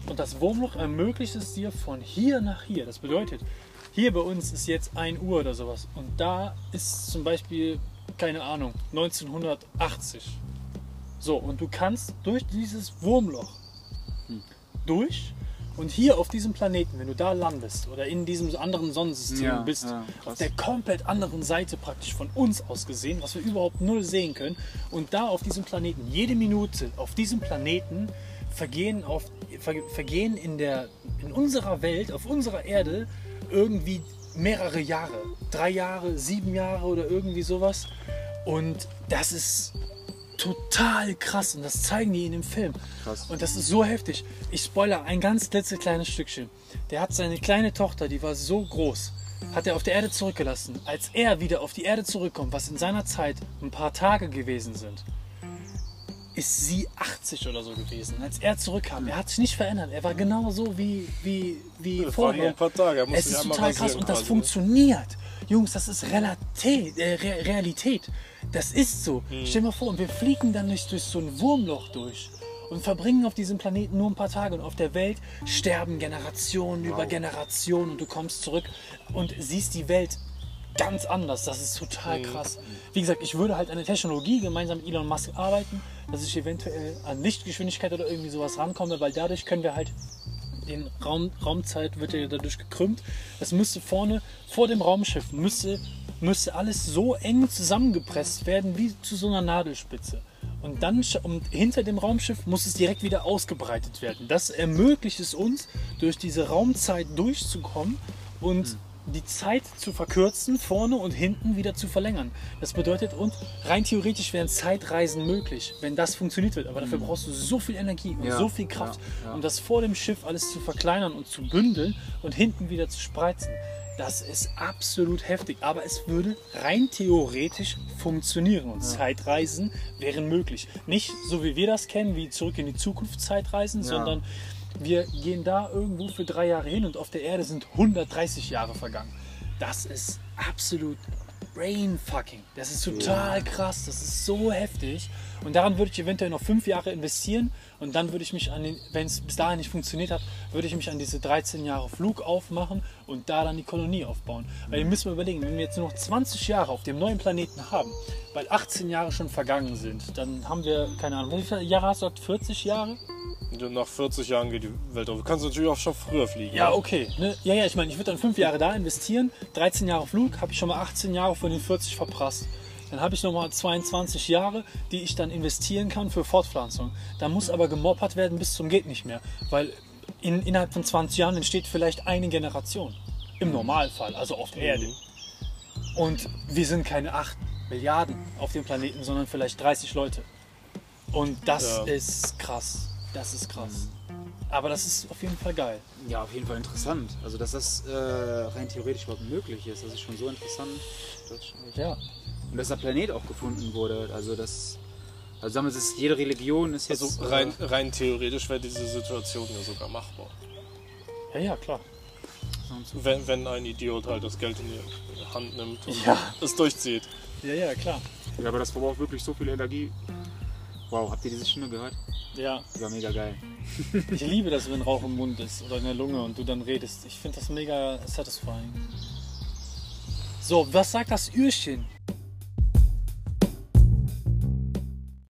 Und das Wurmloch ermöglicht es dir von hier nach hier. Das bedeutet, hier bei uns ist jetzt 1 Uhr oder sowas. Und da ist zum Beispiel, keine Ahnung, 1980. So, und du kannst durch dieses Wurmloch durch und hier auf diesem Planeten, wenn du da landest oder in diesem anderen Sonnensystem Ja, bist, ja, auf krass. der komplett anderen Seite praktisch von uns aus gesehen, was wir überhaupt null sehen können, und da auf diesem Planeten, jede Minute auf diesem Planeten vergehen, auf, ver, vergehen in, der, in unserer Welt, auf unserer Erde irgendwie mehrere Jahre. Drei Jahre, sieben Jahre oder irgendwie sowas. Und das ist total krass und das zeigen die in dem Film. Und das ist so heftig. Ich spoilere ein ganz letztes kleines Stückchen. Der hat seine kleine Tochter, die war so groß, hat er auf der Erde zurückgelassen. Als er wieder auf die Erde zurückkommt, was in seiner Zeit ein paar Tage gewesen sind, ist sie 80 oder so gewesen. Als er zurückkam, er hat sich nicht verändert. Er war genau so wie, wie, wie Das waren nur vorher. ein paar Tage. Er musste Es sich ist einmal total krass rasieren und das quasi, ne? funktioniert. Jungs, das ist Realität. Äh, Re Realität. Das ist so. Stell dir mal vor, und wir fliegen dann nicht durch so ein Wurmloch durch und verbringen auf diesem Planeten nur ein paar Tage und auf der Welt sterben Generationen über Generationen und du kommst zurück und siehst die Welt ganz anders. Das ist total krass. Wie gesagt, ich würde halt an der Technologie gemeinsam mit Elon Musk arbeiten, dass ich eventuell an Lichtgeschwindigkeit oder irgendwie sowas rankomme, weil dadurch können wir halt den Raum, Raumzeit wird ja dadurch gekrümmt. Es müsste vorne, vor dem Raumschiff, müsste, müsste alles so eng zusammengepresst werden wie zu so einer Nadelspitze. Und dann sch- und hinter dem Raumschiff muss es direkt wieder ausgebreitet werden. Das ermöglicht es uns, durch diese Raumzeit durchzukommen und Hm. die Zeit zu verkürzen, vorne und hinten wieder zu verlängern. Das bedeutet uns, rein theoretisch wären Zeitreisen möglich, wenn das funktioniert wird. Aber dafür brauchst du so viel Energie und Hm. Ja, so viel Kraft, ja, ja. um das vor dem Schiff alles zu verkleinern und zu bündeln und hinten wieder zu spreizen. Das ist absolut heftig, aber es würde rein theoretisch funktionieren und Zeitreisen wären möglich. Nicht so wie wir das kennen, wie zurück in die Zukunft Zeitreisen, sondern wir gehen da irgendwo für drei Jahre hin und auf der Erde sind 130 Jahre vergangen. Das ist absolut brainfucking. Das ist total krass. Das ist so heftig. Und daran würde ich eventuell noch fünf Jahre investieren und dann würde ich mich an den, wenn es bis dahin nicht funktioniert hat, würde ich mich an diese 13 Jahre Flug aufmachen und da dann die Kolonie aufbauen. Weil ihr müsst mal überlegen, wenn wir jetzt nur noch 20 Jahre auf dem neuen Planeten haben, weil 18 Jahre schon vergangen sind, dann haben wir, keine Ahnung, wie viele Jahre hast du gesagt? 40 Jahre? Nach 40 Jahren geht die Welt auf. Du kannst natürlich auch schon früher fliegen. Ja, okay. Ne? Ja, ja, ich meine, ich würde dann fünf Jahre da investieren, 13 Jahre Flug, habe ich schon mal 18 Jahre von den 40 verprasst. Dann habe ich nochmal 22 Jahre, die ich dann investieren kann für Fortpflanzung. Da muss aber gemoppert werden bis zum geht nicht mehr, weil in, innerhalb von 20 Jahren entsteht vielleicht eine Generation. Im Normalfall, also auf der Erde. Und wir sind keine 8 Milliarden auf dem Planeten, sondern vielleicht 30 Leute. Und das Ja. ist krass. Das ist krass. Aber das ist auf jeden Fall geil. Ja, auf jeden Fall interessant. Also, dass das äh, rein theoretisch überhaupt möglich ist, das ist schon so interessant. Das ist schon echt- Ja. Und dass der Planet auch gefunden wurde. Also, das. Also, damit ist jede Religion ist jetzt. Also rein, rein theoretisch wäre diese Situation ja sogar machbar. Ja, ja, klar. Wenn, wenn ein Idiot halt das Geld in die Hand nimmt und Ja. es durchzieht. Ja, ja, klar. Ja, aber das verbraucht wirklich so viel Energie. äh, Wow, habt ihr diese Stimme gehört? Ja, Die war mega geil. ich liebe das, wenn Rauch im Mund ist oder in der Lunge und du dann redest. Ich finde das mega satisfying. So, was sagt das Öhrchen?